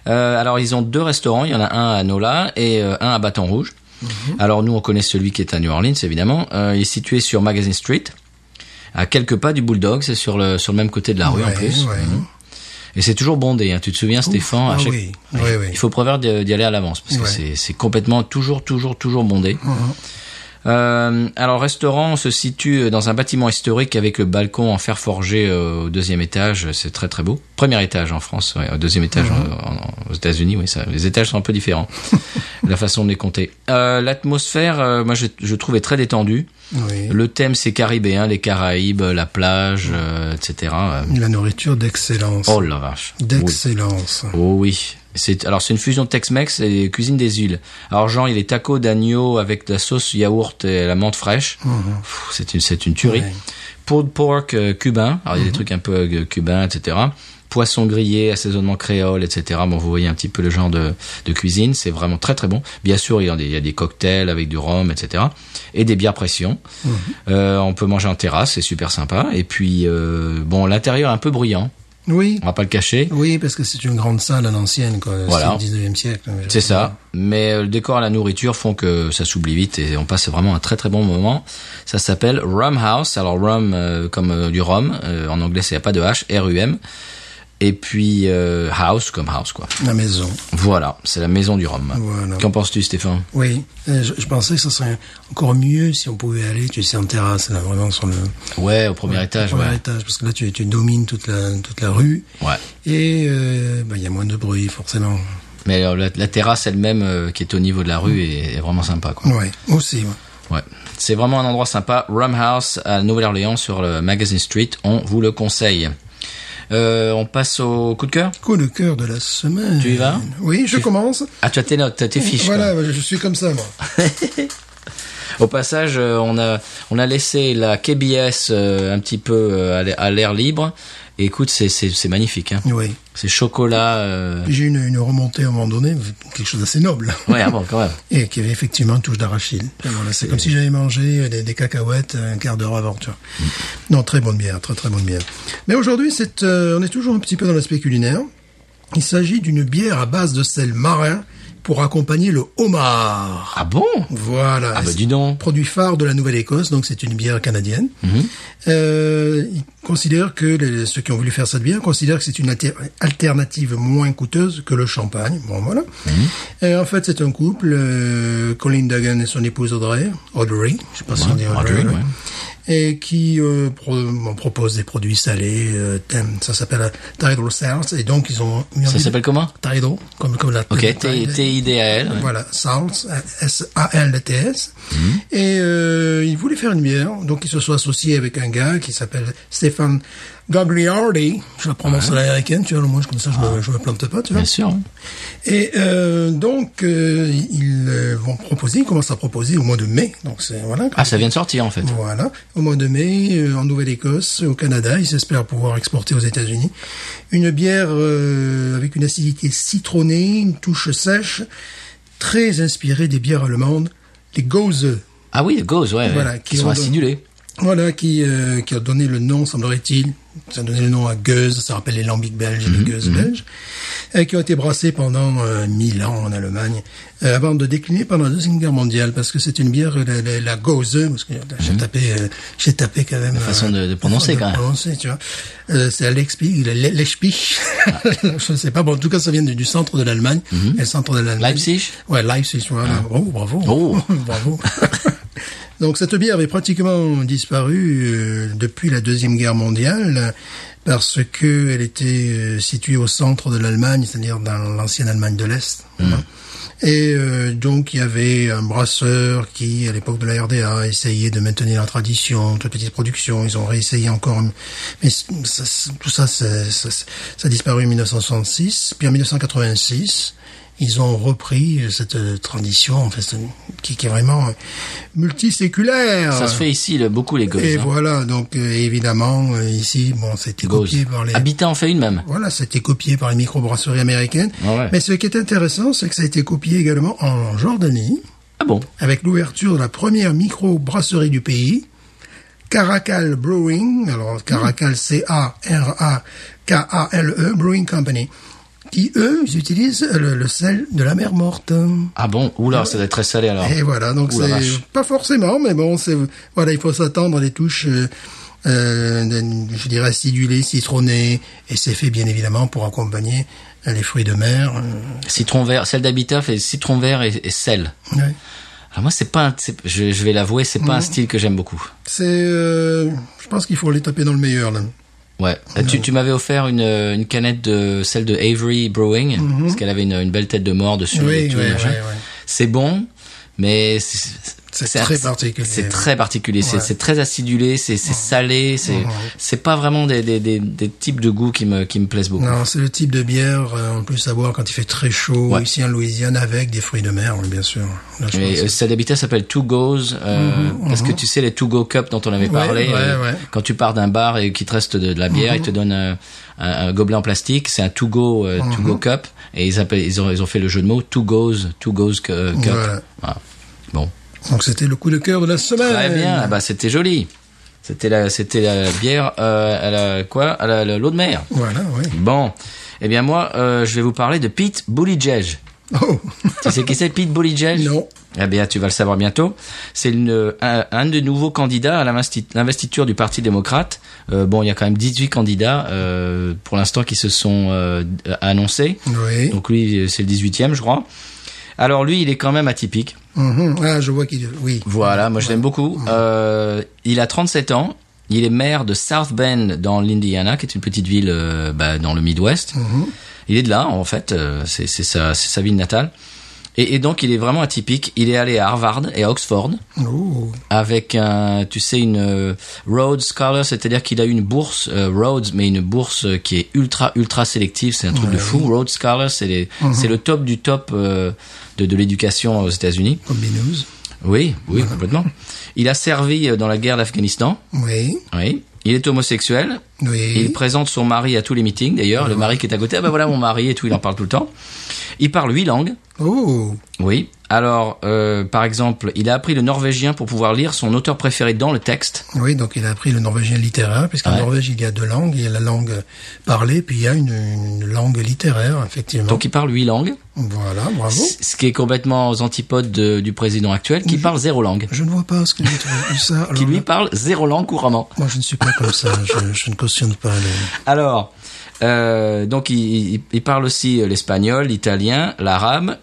[SPEAKER 1] Euh, alors ils ont deux restaurants, il y en a un à Nola et euh, un à Baton Rouge.
[SPEAKER 2] Mhm.
[SPEAKER 1] Alors nous on connaît celui qui est à New Orleans évidemment. Euh, il est situé sur Magazine Street, à quelques pas du Bulldog, c'est sur le sur le même côté de la rue Ah en
[SPEAKER 2] Ouais,
[SPEAKER 1] plus.
[SPEAKER 2] ouais.
[SPEAKER 1] Et c'est toujours bondé. Hein. Tu te souviens Stéphane à
[SPEAKER 2] ah
[SPEAKER 1] chaque-
[SPEAKER 2] oui, oui, oui.
[SPEAKER 1] Il faut prévoir de- d'y aller à l'avance parce que
[SPEAKER 2] Ouais.
[SPEAKER 1] c'est c'est complètement toujours toujours toujours bondé. Euh, alors, le restaurant se situe dans un bâtiment historique avec le balcon en fer forgé euh, au deuxième étage. C'est très très beau. Premier étage en France, ouais, au deuxième étage en- en- aux États-Unis. Oui, ça, les étages sont un peu différents. la façon de les compter. Euh, L'atmosphère, euh, moi, je, je trouvais très détendue.
[SPEAKER 2] Oui.
[SPEAKER 1] Le thème, c'est caribéen, les Caraïbes, la plage, euh, etc. Euh,
[SPEAKER 2] La nourriture d'excellence.
[SPEAKER 1] Oh la vache. Oui.
[SPEAKER 2] D'excellence.
[SPEAKER 1] Oh oui. C'est alors c'est une fusion Tex-Mex et cuisine des îles. Alors genre il est tacos d'agneau avec de la sauce yaourt et la menthe fraîche. Pff, C'est une c'est une tuerie.
[SPEAKER 2] Ouais.
[SPEAKER 1] Pulled pork euh, cubain. Alors il y a des trucs un peu euh, cubains etc. Poisson grillé, assaisonnement créole etc. Bon vous voyez un petit peu le genre de de cuisine. C'est vraiment très très bon. Bien sûr il y a des, il y a des cocktails avec du rhum etc. Et des bières pression. Euh, on peut manger en terrasse c'est super sympa. Et puis euh, bon l'intérieur est un peu bruyant.
[SPEAKER 2] Oui.
[SPEAKER 1] On va pas le cacher.
[SPEAKER 2] Oui, parce que c'est une grande salle à l'ancienne, quoi.
[SPEAKER 1] Voilà.
[SPEAKER 2] C'est le 19e siècle. mais-
[SPEAKER 1] C'est ça. Mais euh, le décor et la nourriture font que ça s'oublie vite et on passe vraiment un très très bon moment. Ça s'appelle Rum House. Alors rum euh, comme euh, du rhum. euh, en anglais, c'est y a pas de H. R-U-M. Et puis euh, House comme House quoi.
[SPEAKER 2] La maison.
[SPEAKER 1] Voilà, c'est la maison du rhum.
[SPEAKER 2] Voilà.
[SPEAKER 1] Qu'en penses-tu Stéphane
[SPEAKER 2] Oui, Euh, je, je pensais que ça serait encore mieux si on pouvait aller, tu sais, en terrasse, là, vraiment sur le
[SPEAKER 1] Ouais, au premier étage,
[SPEAKER 2] au premier
[SPEAKER 1] ouais.
[SPEAKER 2] étage, parce que là, tu, tu domines toute la, toute la rue.
[SPEAKER 1] Ouais.
[SPEAKER 2] Et euh, bah, il y a moins de bruit, forcément.
[SPEAKER 1] Mais alors, la, la terrasse elle-même euh, qui est au niveau de la rue est, est vraiment sympa quoi.
[SPEAKER 2] Ouais, aussi. ouais.
[SPEAKER 1] Ouais. C'est vraiment un endroit sympa. Rum House à Nouvelle-Orléans sur le Magazine Street, on vous le conseille. Euh, on passe au coup de cœur
[SPEAKER 2] Coup de cœur de la semaine.
[SPEAKER 1] Tu y vas
[SPEAKER 2] Oui, je commence.
[SPEAKER 1] Ah, tu as tes notes, t'as tes fiches. quoi.
[SPEAKER 2] voilà, je je suis comme ça, moi.
[SPEAKER 1] Au passage, euh, on a on a laissé la KBS euh, un petit peu euh, à l'air- à l'air libre. Et écoute, c'est c'est c'est magnifique. Hein.
[SPEAKER 2] Oui.
[SPEAKER 1] C'est chocolat. euh,
[SPEAKER 2] J'ai eu une, une remontée à un moment donné, quelque chose d'assez noble.
[SPEAKER 1] Ouais, ah bon, quand même.
[SPEAKER 2] Et qui avait effectivement une touche d'arachide. Et Voilà, c'est comme si j'avais mangé des, des cacahuètes un quart d'heure avant, tu vois. Non, très bonne bière, très très bonne bière. Mais aujourd'hui, c'est, euh, on est toujours un petit peu dans l'aspect culinaire. Il s'agit d'une bière à base de sel marin pour accompagner le homard.
[SPEAKER 1] Ah bon
[SPEAKER 2] Voilà.
[SPEAKER 1] Ah bah
[SPEAKER 2] C'est
[SPEAKER 1] dis
[SPEAKER 2] un
[SPEAKER 1] donc. Mhm.
[SPEAKER 2] Produit phare de la Nouvelle-Écosse, donc c'est une bière canadienne. Euh, ils considèrent que les- ceux qui ont voulu faire cette bière considèrent que c'est une alter- alternative moins coûteuse que le champagne. Bon voilà.
[SPEAKER 1] Mhm.
[SPEAKER 2] Euh, en fait, c'est un couple, euh, Colin Duggan et son épouse Audrey, Audrey, je sais pas si on dit Audrey,
[SPEAKER 1] Audrey,
[SPEAKER 2] ouais.
[SPEAKER 1] ouais.
[SPEAKER 2] et qui euh, pro- bon, propose des produits salés. euh, thème- ça s'appelle euh, Tidal Salt, et donc ils ont mis
[SPEAKER 1] Ça s'appelle comment
[SPEAKER 2] Tidal, comme comme la.
[SPEAKER 1] Ok, T-
[SPEAKER 2] Tidal.
[SPEAKER 1] T-I-D-A-L. ouais. Mhm.
[SPEAKER 2] Voilà, Salts, S-A-L-T-S. Et euh, ils voulaient faire une bière, donc ils se sont associés avec un gars qui s'appelle Stéphane Gagliardi. Je la prononce à l'américaine, tu vois, au moins comme ça je me, je me plante pas, tu vois.
[SPEAKER 1] Ah. Bien sûr.
[SPEAKER 2] Et euh, donc euh, ils euh, vont proposer, ils commencent à proposer au mois de mai. Donc c'est voilà.
[SPEAKER 1] Ah, ça vient de sortir en fait.
[SPEAKER 2] Voilà. Au mois de mai, euh, en Nouvelle-Écosse, au Canada, ils espèrent pouvoir exporter aux États-Unis une bière euh, avec une acidité citronnée, une touche sèche, très inspirée des bières allemandes, les Gose.
[SPEAKER 1] Ah oui, Gauze, ouais. ouais,
[SPEAKER 2] Voilà,
[SPEAKER 1] qui
[SPEAKER 2] qui
[SPEAKER 1] sont
[SPEAKER 2] ont-
[SPEAKER 1] acidulés.
[SPEAKER 2] Voilà, qui, euh, qui a donné le nom, semblerait-il, ça a donné le nom à Gueuse, ça rappelle les lambics belges,
[SPEAKER 1] Mhm,
[SPEAKER 2] les Gueuses belges, euh, qui ont été brassés pendant euh, 1000 ans en Allemagne, euh, avant de décliner pendant la Deuxième Guerre mondiale, parce que c'est une bière, euh, la, la, la Geuze, parce que j'ai tapé, euh, j'ai tapé quand même... euh, La
[SPEAKER 1] Mhm. façon de- de prononcer, quand même.
[SPEAKER 2] prononcer, tu vois. Euh, c'est à l'Expi, le- le- l'Echpi,
[SPEAKER 1] Ah.
[SPEAKER 2] je sais pas, bon, en tout cas, ça vient du, du centre de l'Allemagne, et le centre de l'Allemagne...
[SPEAKER 1] Mhm. Leipzig
[SPEAKER 2] Ouais, Leipzig, voilà. Oh, bravo
[SPEAKER 1] Oh.
[SPEAKER 2] Bravo. Donc cette bière avait pratiquement disparu euh, depuis la deuxième guerre mondiale euh, parce que elle était euh, située au centre de l'Allemagne, c'est-à-dire dans l'ancienne Allemagne de l'Est. hein. Et euh, donc il y avait un brasseur qui, à l'époque de la RDA, essayait de maintenir la tradition, toute petite production. Ils ont réessayé encore, mais c- ça- c- tout ça, c'est- ça, ça a disparu en 1966. Puis en 1986, ils ont repris cette euh, tradition, en fait, c'est- qui, qui est vraiment euh, multiséculaire.
[SPEAKER 1] Ça se fait ici le- beaucoup les Gauze.
[SPEAKER 2] Ah. Et
[SPEAKER 1] hein.
[SPEAKER 2] voilà, donc euh, évidemment euh, ici, bon, c'était
[SPEAKER 1] Gauze.
[SPEAKER 2] copié par les.
[SPEAKER 1] Habitat en fait une même.
[SPEAKER 2] Voilà, ça a été copié par les microbrasseries américaines.
[SPEAKER 1] Ah ouais.
[SPEAKER 2] Mais ce qui est intéressant, c'est que ça a été copié également en Jordanie,
[SPEAKER 1] Ah bon
[SPEAKER 2] avec l'ouverture de la première microbrasserie du pays, Caracal Brewing, alors Caracal C-A-R-A-K-A-L-E, Brewing Company, qui, eux, ils utilisent le, le sel de la mer morte.
[SPEAKER 1] Ah bon Oula, ça doit être très salé alors.
[SPEAKER 2] Et voilà, donc
[SPEAKER 1] Ah. Ouh la
[SPEAKER 2] c'est
[SPEAKER 1] vache.
[SPEAKER 2] pas forcément, mais bon, c'est voilà, il faut s'attendre à des touches, euh, euh, de- je dirais acidulées, citronnées, et c'est fait bien évidemment pour accompagner euh, les fruits de mer. euh,
[SPEAKER 1] Citron vert, celle d'Habitat fait citron vert et, et sel.
[SPEAKER 2] ouais.
[SPEAKER 1] Alors Ah, moi, c'est pas, un, c'est- je, je vais l'avouer, c'est pas un style que j'aime beaucoup.
[SPEAKER 2] C'est, euh, je pense qu'il faut les taper dans le meilleur là.
[SPEAKER 1] Ouais. Euh, Tu, tu m'avais offert une, euh, une canette de celle de Avery Brewing parce qu'elle avait une, une belle tête de mort dessus.
[SPEAKER 2] Mhm. Oui,
[SPEAKER 1] et tout,
[SPEAKER 2] oui,
[SPEAKER 1] machin.
[SPEAKER 2] oui, oui.
[SPEAKER 1] C'est bon, mais c'est
[SPEAKER 2] C'est
[SPEAKER 1] c'est-
[SPEAKER 2] très
[SPEAKER 1] c'est-
[SPEAKER 2] particulier.
[SPEAKER 1] C'est très particulier. C'est
[SPEAKER 2] Ouais.
[SPEAKER 1] c'est très acidulé, c'est c'est salé. C'est c'est pas vraiment des, des, des, des types de goûts qui me qui me plaisent beaucoup.
[SPEAKER 2] Non, c'est le type de bière, euh, en plus à boire quand il fait très chaud,
[SPEAKER 1] Ouais.
[SPEAKER 2] ici en Louisiane, avec des fruits de mer, oui, bien sûr. Là, je
[SPEAKER 1] Mais
[SPEAKER 2] pense. Mm-hmm,
[SPEAKER 1] euh, celle d'habitat s'appelle Two Goes euh, parce que tu sais les Two Go Cup dont on avait
[SPEAKER 2] Ouais,
[SPEAKER 1] parlé.
[SPEAKER 2] ouais,
[SPEAKER 1] euh,
[SPEAKER 2] ouais. Mm-hmm.
[SPEAKER 1] Quand tu pars d'un bar et qu'il te reste de, de la bière, ils te donnent euh, un, un gobelet en plastique. C'est un To Go euh, To
[SPEAKER 2] Mm-hmm.
[SPEAKER 1] Go Cup et ils appellent ils ont ils ont fait le jeu de mots Two Goes Two Goes cu- euh, Cup.
[SPEAKER 2] Voilà.
[SPEAKER 1] Voilà. Bon,
[SPEAKER 2] Donc c'était le coup de cœur de la semaine.
[SPEAKER 1] très bien. Ah Bah c'était joli. C'était la c'était la bière euh, à la quoi à la- la- l'eau de mer.
[SPEAKER 2] Voilà, oui.
[SPEAKER 1] Bon, eh bien moi euh, je vais vous parler de Pete Buttigieg.
[SPEAKER 2] Oh,
[SPEAKER 1] tu sais qui c'est Pete Buttigieg
[SPEAKER 2] non.
[SPEAKER 1] Eh bien, tu vas le savoir bientôt. C'est une- un, un des nouveaux candidats à l'investi- l'investiture du Parti démocrate. Euh, bon, il y a quand même 18 candidats euh, pour l'instant qui se sont euh, d- annoncés.
[SPEAKER 2] Oui.
[SPEAKER 1] Donc lui, c'est le 18e, je crois. Alors lui, il est quand même atypique.
[SPEAKER 2] Mhm. Ah, je vois qu'il. Oui.
[SPEAKER 1] Voilà, moi je l'aime beaucoup. Euh, il a 37 ans. Il est maire de South Bend dans l'Indiana, qui est une petite ville euh, bah, dans le Midwest. Il est de là, en fait. euh, c'est c'est sa, c'est sa ville natale. Et, et donc, il est vraiment atypique. Il est allé à Harvard et à Oxford
[SPEAKER 2] Oh.
[SPEAKER 1] avec un, tu sais, une euh, Rhodes Scholar, c'est-à-dire qu'il a eu une bourse euh, Rhodes, mais une bourse euh, qui est ultra ultra sélective, c'est un truc de fou. Rhodes Scholar, c'est les- c'est le top du top euh, de, de l'éducation aux États-Unis.
[SPEAKER 2] Comme Binous.
[SPEAKER 1] Oui, oui, complètement. Il a servi euh, dans la guerre d'Afghanistan.
[SPEAKER 2] Oui.
[SPEAKER 1] Oui. Il est homosexuel.
[SPEAKER 2] Oui.
[SPEAKER 1] Il présente son mari à tous les meetings. D'ailleurs, le mari qui est à côté, ah ben voilà mon mari et tout, il en parle tout le temps. Il parle huit langues.
[SPEAKER 2] Oh.
[SPEAKER 1] Oui. Alors, euh, par exemple, il a appris le norvégien pour pouvoir lire son auteur préféré dans le texte.
[SPEAKER 2] Oui, donc il a appris le norvégien littéraire, puisqu'en
[SPEAKER 1] Ouais.
[SPEAKER 2] Norvège, il y a deux langues. Il y a la langue parlée, puis il y a une, une langue littéraire, effectivement.
[SPEAKER 1] Donc il parle huit langues,
[SPEAKER 2] Voilà, bravo.
[SPEAKER 1] c- ce qui est complètement aux antipodes de- du président actuel qui parle zéro langue,
[SPEAKER 2] Je ne vois pas ce que vous trouvez ça. Alors
[SPEAKER 1] qui lui
[SPEAKER 2] là,
[SPEAKER 1] parle zéro langue couramment.
[SPEAKER 2] moi, je ne suis pas comme ça. Je, je ne cautionne pas les...
[SPEAKER 1] Alors, euh, donc il, il- il parle aussi euh, l'espagnol, l'italien, l'arabe,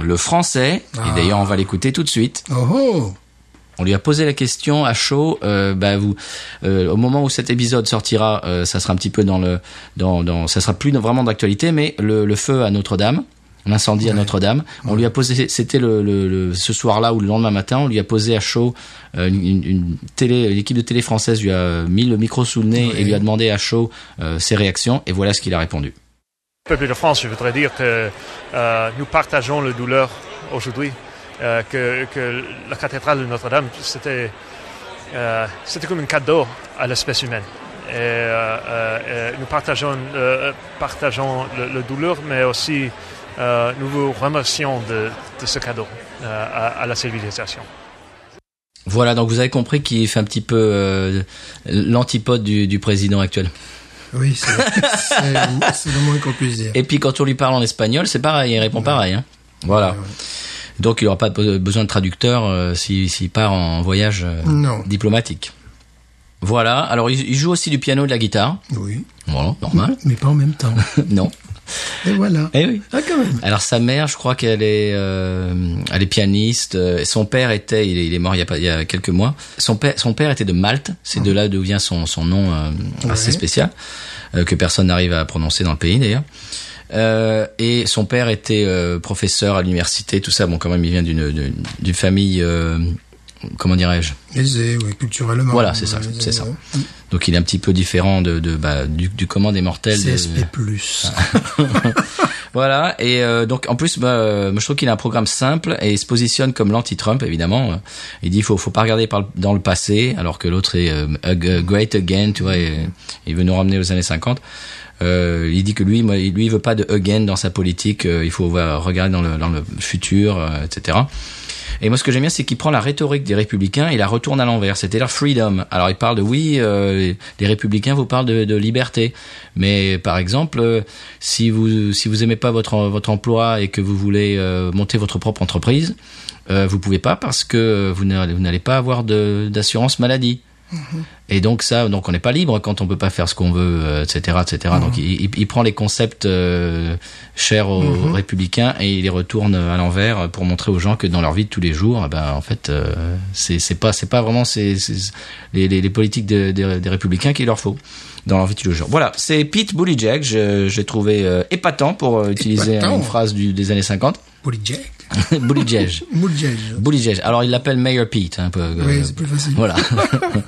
[SPEAKER 1] le français,
[SPEAKER 2] Ah.
[SPEAKER 1] et d'ailleurs on va l'écouter tout de suite.
[SPEAKER 2] Oh, oh
[SPEAKER 1] On lui a posé la question à chaud, euh, bah, vous, euh, au moment où cet épisode sortira, euh, ça sera un petit peu dans le... Dans, dans, ça sera plus dans- vraiment d'actualité, mais le, le feu à Notre-Dame. L'incendie à Notre-Dame. On lui a posé, c'était le, le- le- ce soir-là ou le lendemain matin, on lui a posé à chaud euh, une, une- une télé, l'équipe de télé française lui a mis le micro sous le nez et lui a demandé à chaud euh, ses réactions et voilà ce qu'il a répondu.
[SPEAKER 4] peuple de France, je voudrais dire que euh, nous partageons la douleur aujourd'hui, euh, que, que la cathédrale de Notre-Dame, c'était euh, c'était comme un cadeau à l'espèce humaine. Et, euh, euh, et nous partageons, euh, partageons le, le douleur, mais aussi euh, nous vous remercions de, de ce cadeau euh, à- à la civilisation.
[SPEAKER 1] Voilà, donc vous avez compris qu'il fait un petit peu euh, l'antipode du, du président actuel.
[SPEAKER 2] Oui, c'est c'est- c'est le moins qu'on puisse dire.
[SPEAKER 1] Et puis quand on lui parle en espagnol, c'est pareil, il répond pareil. hein. Voilà.
[SPEAKER 2] Ouais, ouais.
[SPEAKER 1] Donc il n'aura pas be- besoin de traducteur euh, s'il s'il part en voyage euh,
[SPEAKER 2] Non.
[SPEAKER 1] diplomatique. Voilà, alors il, il joue aussi du piano et de la guitare.
[SPEAKER 2] Oui,
[SPEAKER 1] Voilà, normal.
[SPEAKER 2] mais pas en même temps.
[SPEAKER 1] non.
[SPEAKER 2] Et voilà.
[SPEAKER 1] Eh oui.
[SPEAKER 2] Ah, quand même.
[SPEAKER 1] Alors sa mère, je crois qu'elle est, euh, elle est pianiste. euh, et Son père était, il est, il est mort il y a pas, il y a quelques mois. Son père, son père était de Malte. C'est de là d'où vient son, son nom euh, assez
[SPEAKER 2] Ouais.
[SPEAKER 1] spécial euh, que personne n'arrive à prononcer dans le pays d'ailleurs. Euh, et son père était euh, professeur à l'université, tout ça. Bon, quand même, il vient d'une d'une- d'une famille, euh, comment dirais-je
[SPEAKER 2] Aisé, oui, culturellement.
[SPEAKER 1] Voilà, c'est ça,
[SPEAKER 2] Aisé,
[SPEAKER 1] c'est ça.
[SPEAKER 2] ouais.
[SPEAKER 1] Donc, il est un petit peu différent de, de bah, du, du commun des mortels. de-
[SPEAKER 2] CSP+.
[SPEAKER 1] Ah. Voilà, et euh, donc en plus, bah, euh, moi, je trouve qu'il a un programme simple et il se positionne comme l'anti-Trump, évidemment. hein. Il dit faut faut pas regarder par le- dans le passé, alors que l'autre est euh, ag- euh, great again, tu vois, et- il veut nous ramener aux années 50. Euh, il dit que lui, moi, il- lui, il veut pas de again dans sa politique. euh, il faut voir- regarder dans le, dans le futur, euh, etc. Et moi, ce que j'aime bien, c'est qu'il prend la rhétorique des républicains et la retourne à l'envers. C'était leur freedom. Alors, il parle de oui, euh, les républicains vous parlent de, de liberté, mais par exemple, euh, si vous si vous aimez pas votre votre emploi et que vous voulez euh, monter votre propre entreprise, euh, vous pouvez pas parce que vous n'allez vous n'allez pas avoir de d'assurance maladie. Et donc ça, donc on n'est pas libre quand on peut pas faire ce qu'on veut, euh, etc., etc. Donc il, il- il prend les concepts euh, chers aux républicains et il les retourne à l'envers pour montrer aux gens que dans leur vie de tous les jours, eh ben en fait, euh, c'est c'est pas c'est pas vraiment c'est c'est les, les, les politiques de- des- des républicains qu'il leur faut dans leur vie de tous les jours. Voilà, c'est Pete Buttigieg. Je, je l'ai trouvé euh, épatant pour euh, utiliser
[SPEAKER 2] Épatant.
[SPEAKER 1] une phrase du, des années 50.
[SPEAKER 2] Polyjack.
[SPEAKER 1] Buttigieg.
[SPEAKER 2] Mouldiège.
[SPEAKER 1] Buttigieg. Alors il l'appelle Mayor Pete, un peu. euh,
[SPEAKER 2] Oui, c'est plus facile.
[SPEAKER 1] Voilà.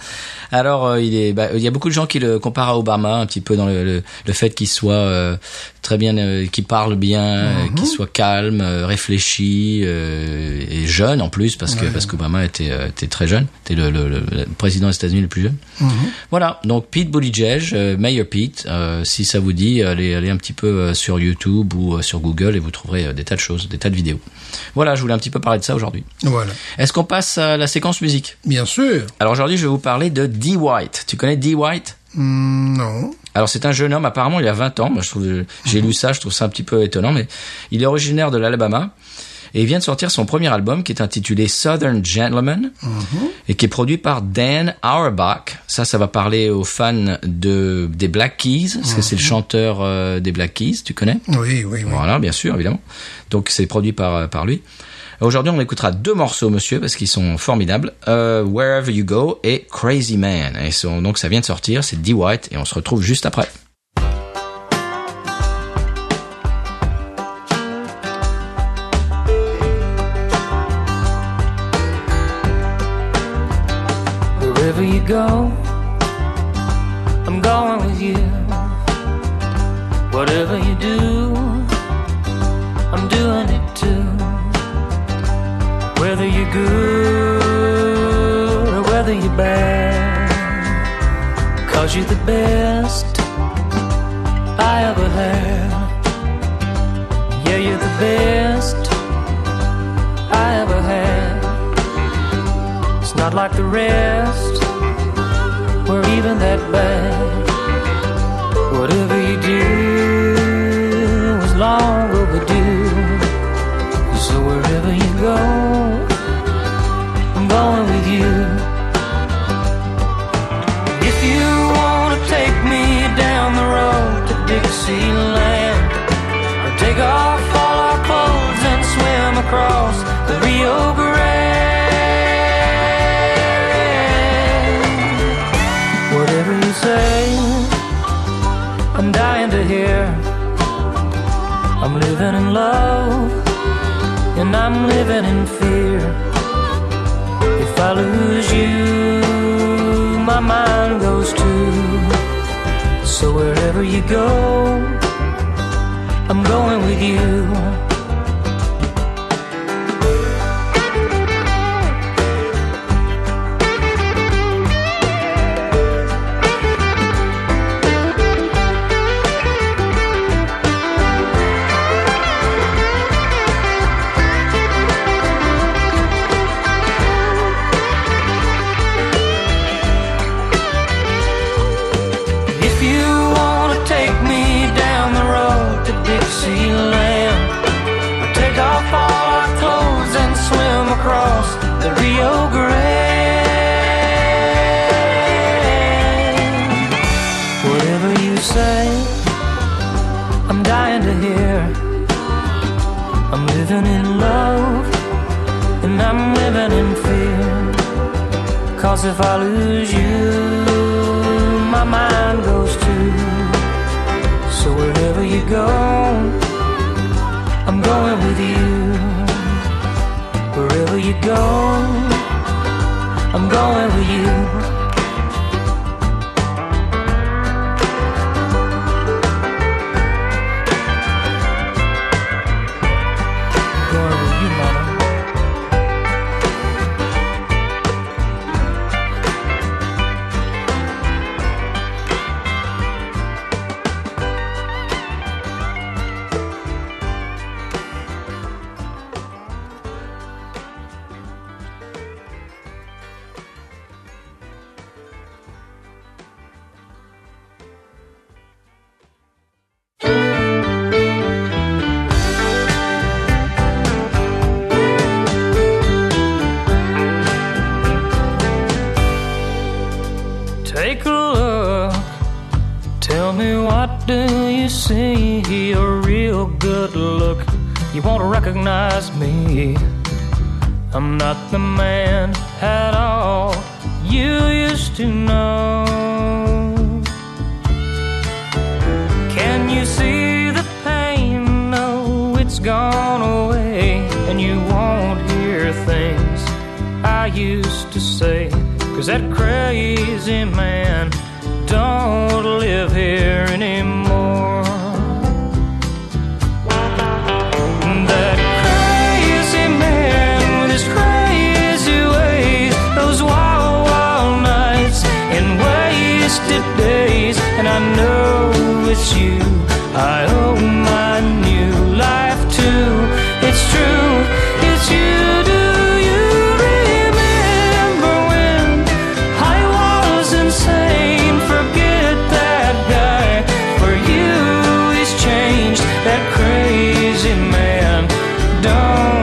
[SPEAKER 1] Alors euh, il est, bah, il y a beaucoup de gens qui le comparent à Obama un petit peu dans le, le, le fait qu'il soit euh, très bien, euh, qu'il parle bien,
[SPEAKER 2] Mhm.
[SPEAKER 1] euh, qu'il soit calme, euh, réfléchi euh, et jeune en plus parce que parce qu'Obama était euh, était très jeune, était le, le, le- le président des États-Unis le plus jeune.
[SPEAKER 2] Mhm.
[SPEAKER 1] Voilà, donc Pete Buttigieg, euh, Mayor Pete, euh, si ça vous dit, allez, allez un petit peu euh, sur YouTube ou euh, sur Google et vous trouverez euh, des tas de choses, des tas de vidéos. Voilà, je voulais un petit peu parler de ça aujourd'hui.
[SPEAKER 2] Voilà.
[SPEAKER 1] Est-ce qu'on passe à la séquence musique
[SPEAKER 2] Bien sûr.
[SPEAKER 1] Alors aujourd'hui, je vais vous parler de Dee White. Tu connais Dee White
[SPEAKER 2] Hmm, non.
[SPEAKER 1] alors c'est un jeune homme, apparemment il a 20 ans, Moi, je trouve, j'ai lu ça, je trouve ça un petit peu étonnant, mais il est originaire de l'Alabama Et il vient de sortir son premier album qui est intitulé Southern Gentleman et qui est produit par Dan Auerbach. Ça, ça va parler aux fans de, des Black Keys, parce que c'est le chanteur euh, des Black Keys, tu connais
[SPEAKER 2] Oui, oui, oui.
[SPEAKER 1] Voilà, bien sûr, évidemment. Donc c'est produit par, euh, par lui. Aujourd'hui, on écoutera deux morceaux, monsieur, parce qu'ils sont formidables. Euh, Wherever You Go et Crazy Man. Et son- donc ça vient de sortir, c'est D. White, et on se retrouve juste après.
[SPEAKER 5] Wherever you go, I'm going with you. Whatever you do, I'm doing it too. Whether you're good or whether you're bad, cause you're the best I ever had. Yeah, you're the best I ever had. It's not like the rest, we're even that bad. Whatever you do is long overdue. So wherever you go, I'm going with you. If you wanna take me down the road to Dixieland, or take off all our clothes and swim across the Rio Grande. Whatever you say, I'm dying to hear. I'm living in love, and I'm living in fear. If I lose you, my mind goes too. So wherever you go, I'm going with you. If you wanna take me down the road to Dixieland, I'll take off all our clothes and swim across the Rio Grande. Whatever you say, I'm dying to hear. I'm living in love, and I'm living in fear. Cause if I lose you, my mind goes too. So wherever you go, I'm going with you. Wherever you go, I'm going with you. Going with you, mama. Take a look. Tell me what do you see? A real good look. You won't recognize me. I'm not the man at all you used to know. Can you see the pain? No, it's gone away, and you won't hear things I used to say. Cause that crazy man don't live here anymore. That crazy man with his crazy ways, those wild, wild nights and wasted days. And I know it's you. I owe my new life to. It's true. It's you. Do you remember when I was insane? Forget that guy. For you, he's changed. That crazy man. Don't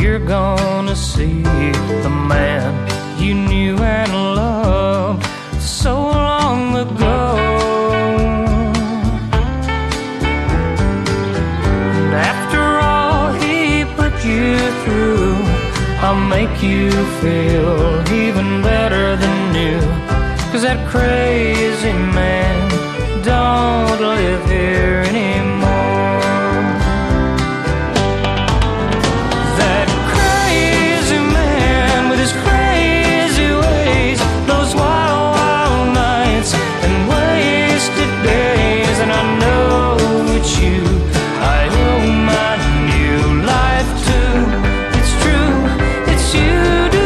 [SPEAKER 5] you're gonna see the man you knew and loved so long ago. And after all he put you through, I'll make you feel even better than new. Cause that crazy man don't live here anymore. That crazy man with his crazy ways, those wild, wild nights and wasted days. And I know it's you. I owe my new life to. It's true, it's you. Do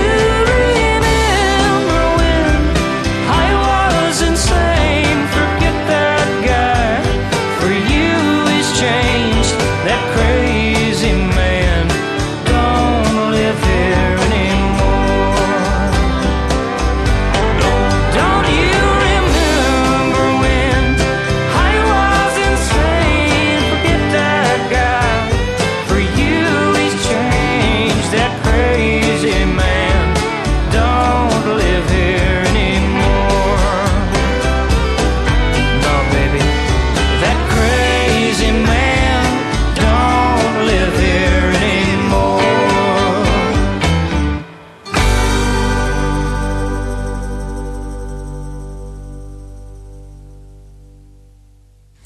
[SPEAKER 5] you remember when I was insane? Forget that guy. For you is changed. That crazy man don't live here anymore. Don't you remember when I was insane? Forget that guy. For you he's changed. That crazy man don't live here anymore. No, baby, that crazy man don't live here anymore.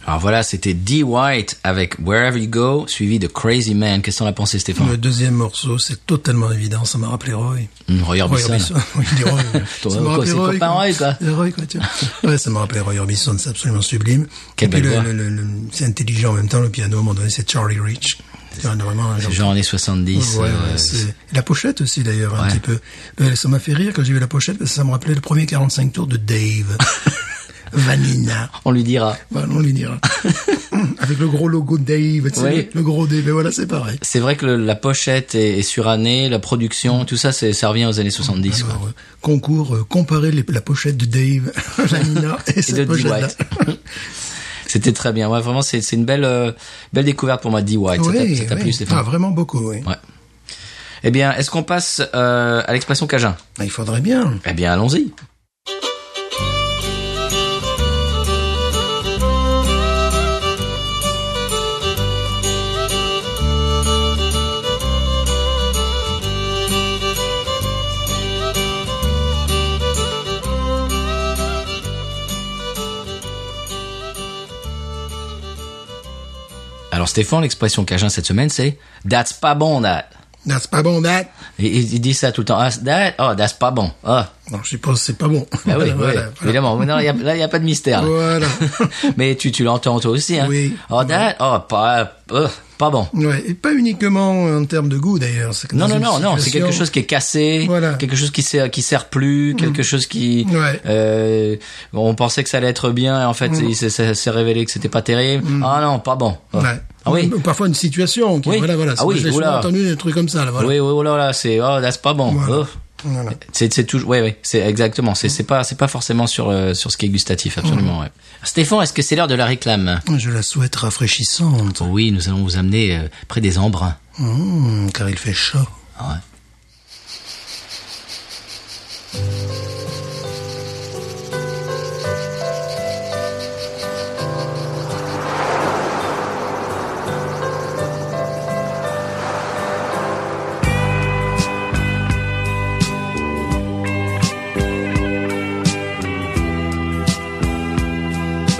[SPEAKER 1] Alors voilà, c'était D. White avec Wherever You Go, suivi de Crazy Man. Qu'est-ce qu'on a pensé,
[SPEAKER 2] Le
[SPEAKER 1] Stéphane
[SPEAKER 2] deuxième morceau, c'est totalement évident, ça m'a rappelé Roy.
[SPEAKER 1] Hum, Roy Orbison.
[SPEAKER 2] Orbison. Oui, je dis Roy, ouais.
[SPEAKER 1] Ton-
[SPEAKER 2] Ça m'a
[SPEAKER 1] quoi,
[SPEAKER 2] rappelé
[SPEAKER 1] c'est copain Roy, quoi.
[SPEAKER 2] C'est Roy, quoi, tu vois. Ouais, ça m'a rappelé Roy Orbison, c'est absolument sublime.
[SPEAKER 1] Quelle
[SPEAKER 2] Et puis
[SPEAKER 1] belle
[SPEAKER 2] le-
[SPEAKER 1] voix.
[SPEAKER 2] le- le- le- c'est intelligent en même temps, le piano, à un moment donné, c'est Charlie Rich. C'est vraiment un genre-
[SPEAKER 1] Genre années 70.
[SPEAKER 2] Ouais, ouais,
[SPEAKER 1] euh,
[SPEAKER 2] c'est- La pochette aussi d'ailleurs, un
[SPEAKER 1] Ouais.
[SPEAKER 2] petit peu. Euh, ça m'a fait rire quand j'ai vu la pochette parce que ça me rappelait le premier 45 tours de Dave. Vanina.
[SPEAKER 1] on lui dira.
[SPEAKER 2] Voilà, on lui dira. Avec le gros logo Dave, tu sais,
[SPEAKER 1] Oui.
[SPEAKER 2] le gros Dave, et voilà, c'est pareil.
[SPEAKER 1] C'est vrai que le- la pochette est, est surannée, la
[SPEAKER 2] Mm.
[SPEAKER 1] production, tout ça, c'est- ça revient aux années 70. quoi.
[SPEAKER 2] Alors, euh, concours, euh, comparer les- la pochette de Dave, Vanina et,
[SPEAKER 1] Et de
[SPEAKER 2] cette
[SPEAKER 1] D.
[SPEAKER 2] pochette-là.
[SPEAKER 1] White. C'était très bien. Ouais, vraiment, c'est c'est une belle, euh, belle découverte pour moi, D. White. Ça t'a-
[SPEAKER 2] Oui,
[SPEAKER 1] ça t'a
[SPEAKER 2] oui.
[SPEAKER 1] plu, Stéphane
[SPEAKER 2] Ah, vraiment beaucoup, oui.
[SPEAKER 1] Ouais. Eh bien, est-ce qu'on passe euh, à l'expression Cajun
[SPEAKER 2] Ah, il faudrait bien.
[SPEAKER 1] Eh bien, allons-y. Alors Stéphane, l'expression Cajun cette semaine, c'est That's pas bon, that.
[SPEAKER 2] Non, c'est pas bon, Nat.
[SPEAKER 1] Il, il- il dit ça tout le temps. Ah, that, oh, that's pas bon. Ah,
[SPEAKER 2] Non, je suppose que c'est pas bon.
[SPEAKER 1] Ah oui, oui,
[SPEAKER 2] Voilà, voilà.
[SPEAKER 1] évidemment. Mais non, il y a- là, il n'y a pas de mystère.
[SPEAKER 2] Voilà.
[SPEAKER 1] Mais tu, tu l'entends toi aussi. Hein.
[SPEAKER 2] Oui.
[SPEAKER 1] Oh, that, oh, pas, euh, pas bon.
[SPEAKER 2] Ouais, et pas uniquement en termes de goût d'ailleurs. c'est que
[SPEAKER 1] Non,
[SPEAKER 2] dans
[SPEAKER 1] non,
[SPEAKER 2] une
[SPEAKER 1] non, non, c'est
[SPEAKER 2] situation-
[SPEAKER 1] quelque chose qui est cassé,
[SPEAKER 2] Voilà. Mm.
[SPEAKER 1] quelque chose qui sert, qui sert plus, quelque chose qui,
[SPEAKER 2] Ouais. Mm.
[SPEAKER 1] euh, on pensait que ça allait être bien et en fait, il s'est- ça s'est révélé que c'était pas terrible. Ah non, pas bon. Ah.
[SPEAKER 2] Ouais.
[SPEAKER 1] Ah oui.
[SPEAKER 2] Ou Parfois une situation. Qui,
[SPEAKER 1] Oui.
[SPEAKER 2] Voilà, voilà.
[SPEAKER 1] Ah
[SPEAKER 2] c'est-
[SPEAKER 1] oui,
[SPEAKER 2] J'ai
[SPEAKER 1] oula.
[SPEAKER 2] souvent entendu des trucs comme ça. Là, voilà.
[SPEAKER 1] Oui, oui, oh là là, c'est, oh, that's pas bon.
[SPEAKER 2] Voilà. Mm.
[SPEAKER 1] Oh.
[SPEAKER 2] Voilà.
[SPEAKER 1] C'est, c'est toujours, ouais, ouais, c'est exactement. C'est, c'est pas, c'est pas forcément sur, euh, sur ce qui est gustatif, absolument.
[SPEAKER 2] Mm.
[SPEAKER 1] Ouais. Stéphane, est-ce que c'est l'heure de la réclame
[SPEAKER 2] Je la souhaite rafraîchissante,
[SPEAKER 1] Oui, nous allons vous amener euh, près des embruns.
[SPEAKER 2] Mmh, car il fait chaud.
[SPEAKER 1] Ouais.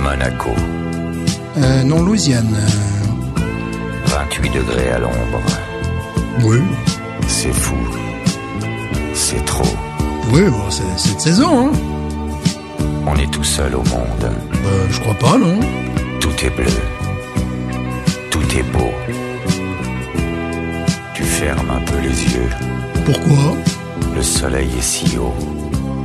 [SPEAKER 6] Monaco,
[SPEAKER 2] Euh, non, Louisiane. euh,
[SPEAKER 6] 28 degrés à l'ombre.
[SPEAKER 2] Oui,
[SPEAKER 6] C'est fou. C'est trop.
[SPEAKER 2] oui, bon, c'est cette saison. Hein.
[SPEAKER 6] On est tout seul au monde.
[SPEAKER 2] Bah, je crois pas, non
[SPEAKER 6] Tout est bleu. Tout est beau. Tu fermes un peu les yeux.
[SPEAKER 2] Pourquoi
[SPEAKER 6] Le soleil est si haut.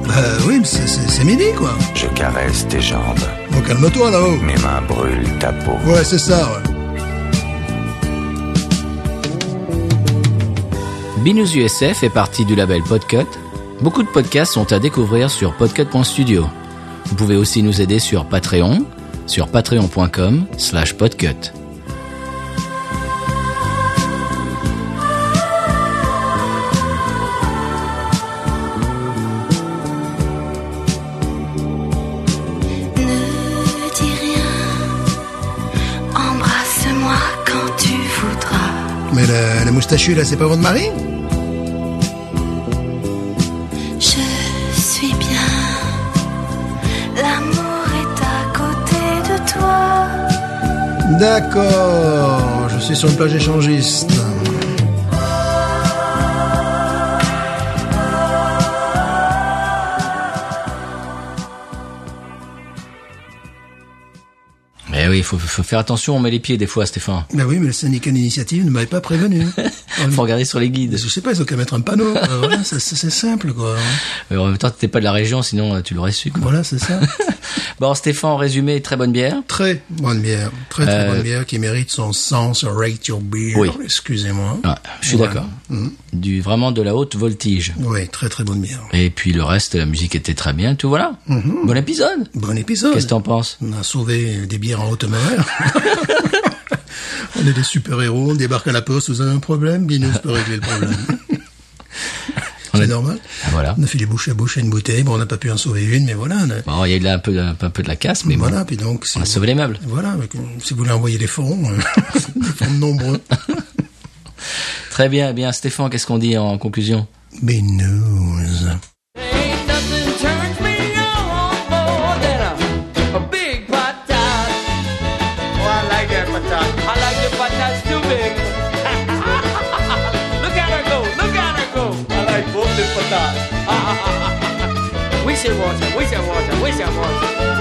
[SPEAKER 2] Bah oui, mais c'est- c'est c'est midi, quoi.
[SPEAKER 6] Je caresse tes jambes.
[SPEAKER 2] Bon, calme-toi là-haut.
[SPEAKER 6] Mes mains brûlent ta peau.
[SPEAKER 2] Ouais, c'est ça. ouais.
[SPEAKER 1] Binous USA fait partie du label Podcut. Beaucoup de podcasts sont à découvrir sur podcut.studio. Vous pouvez aussi nous aider sur Patreon, sur patreon.com slash podcut.
[SPEAKER 2] la moustachue, là, c'est pas votre mari
[SPEAKER 7] Je suis bien. L'amour est à côté de toi.
[SPEAKER 2] D'accord, je suis sur une plage échangiste.
[SPEAKER 1] Mais Eh oui, il faut, faut faire attention, on met les pieds des fois, Stéphane.
[SPEAKER 2] Ben oui, mais le syndicat d'initiative ne m'avait pas prévenu. Oh, Mm.
[SPEAKER 1] Il faut regarder sur les guides.
[SPEAKER 2] Je sais pas, ils ont qu'à mettre un panneau. Euh, voilà, ça- ça- c'est simple, quoi. hein.
[SPEAKER 1] Mais Euh, en même temps, t'étais pas de la région, sinon euh, tu l'aurais su. quoi.
[SPEAKER 2] Voilà, c'est ça.
[SPEAKER 1] Bon, Stéphane, en résumé, très bonne bière.
[SPEAKER 2] Très bonne bière. Très, très
[SPEAKER 1] Euh,
[SPEAKER 2] bonne bière qui mérite son sens. Rate your beer.
[SPEAKER 1] Oui.
[SPEAKER 2] Excusez-moi.
[SPEAKER 1] Ouais, je suis
[SPEAKER 2] Ouais.
[SPEAKER 1] d'accord. Du vraiment de la haute voltige.
[SPEAKER 2] Oui, très, très bonne bière.
[SPEAKER 1] Et puis le reste, la musique était très bien. Tout voilà. Bon épisode.
[SPEAKER 2] Bon épisode.
[SPEAKER 1] Qu'est-ce que t'en penses
[SPEAKER 2] On a sauvé des bières en haute mer. on est des super-héros, on débarque à la poste, vous avez un problème, Binous peut régler le problème.
[SPEAKER 1] On
[SPEAKER 2] C'est
[SPEAKER 1] a-
[SPEAKER 2] normal.
[SPEAKER 1] Voilà.
[SPEAKER 2] On a fait les bouches à bouche à une bouteille, bon, on n'a pas pu en sauver une, mais voilà. on a-
[SPEAKER 1] Bon, il y a eu de la- un peu de, un peu de la casse, mais bon,
[SPEAKER 2] voilà, puis donc. si
[SPEAKER 1] on a
[SPEAKER 2] vous-
[SPEAKER 1] sauvé les meubles.
[SPEAKER 2] Voilà, donc, si vous voulez envoyer des fonds, euh, des fonds nombreux.
[SPEAKER 1] Très bien, bien. Stéphane, qu'est-ce qu'on dit en conclusion
[SPEAKER 2] Binous.
[SPEAKER 5] Ain't nothing turns me on more than a, a big pot tart. Oh, I like that patat. I like the patats too big. look at her go, look at her go. I like both the patats. we should watch her, we should watch her, we should watch her.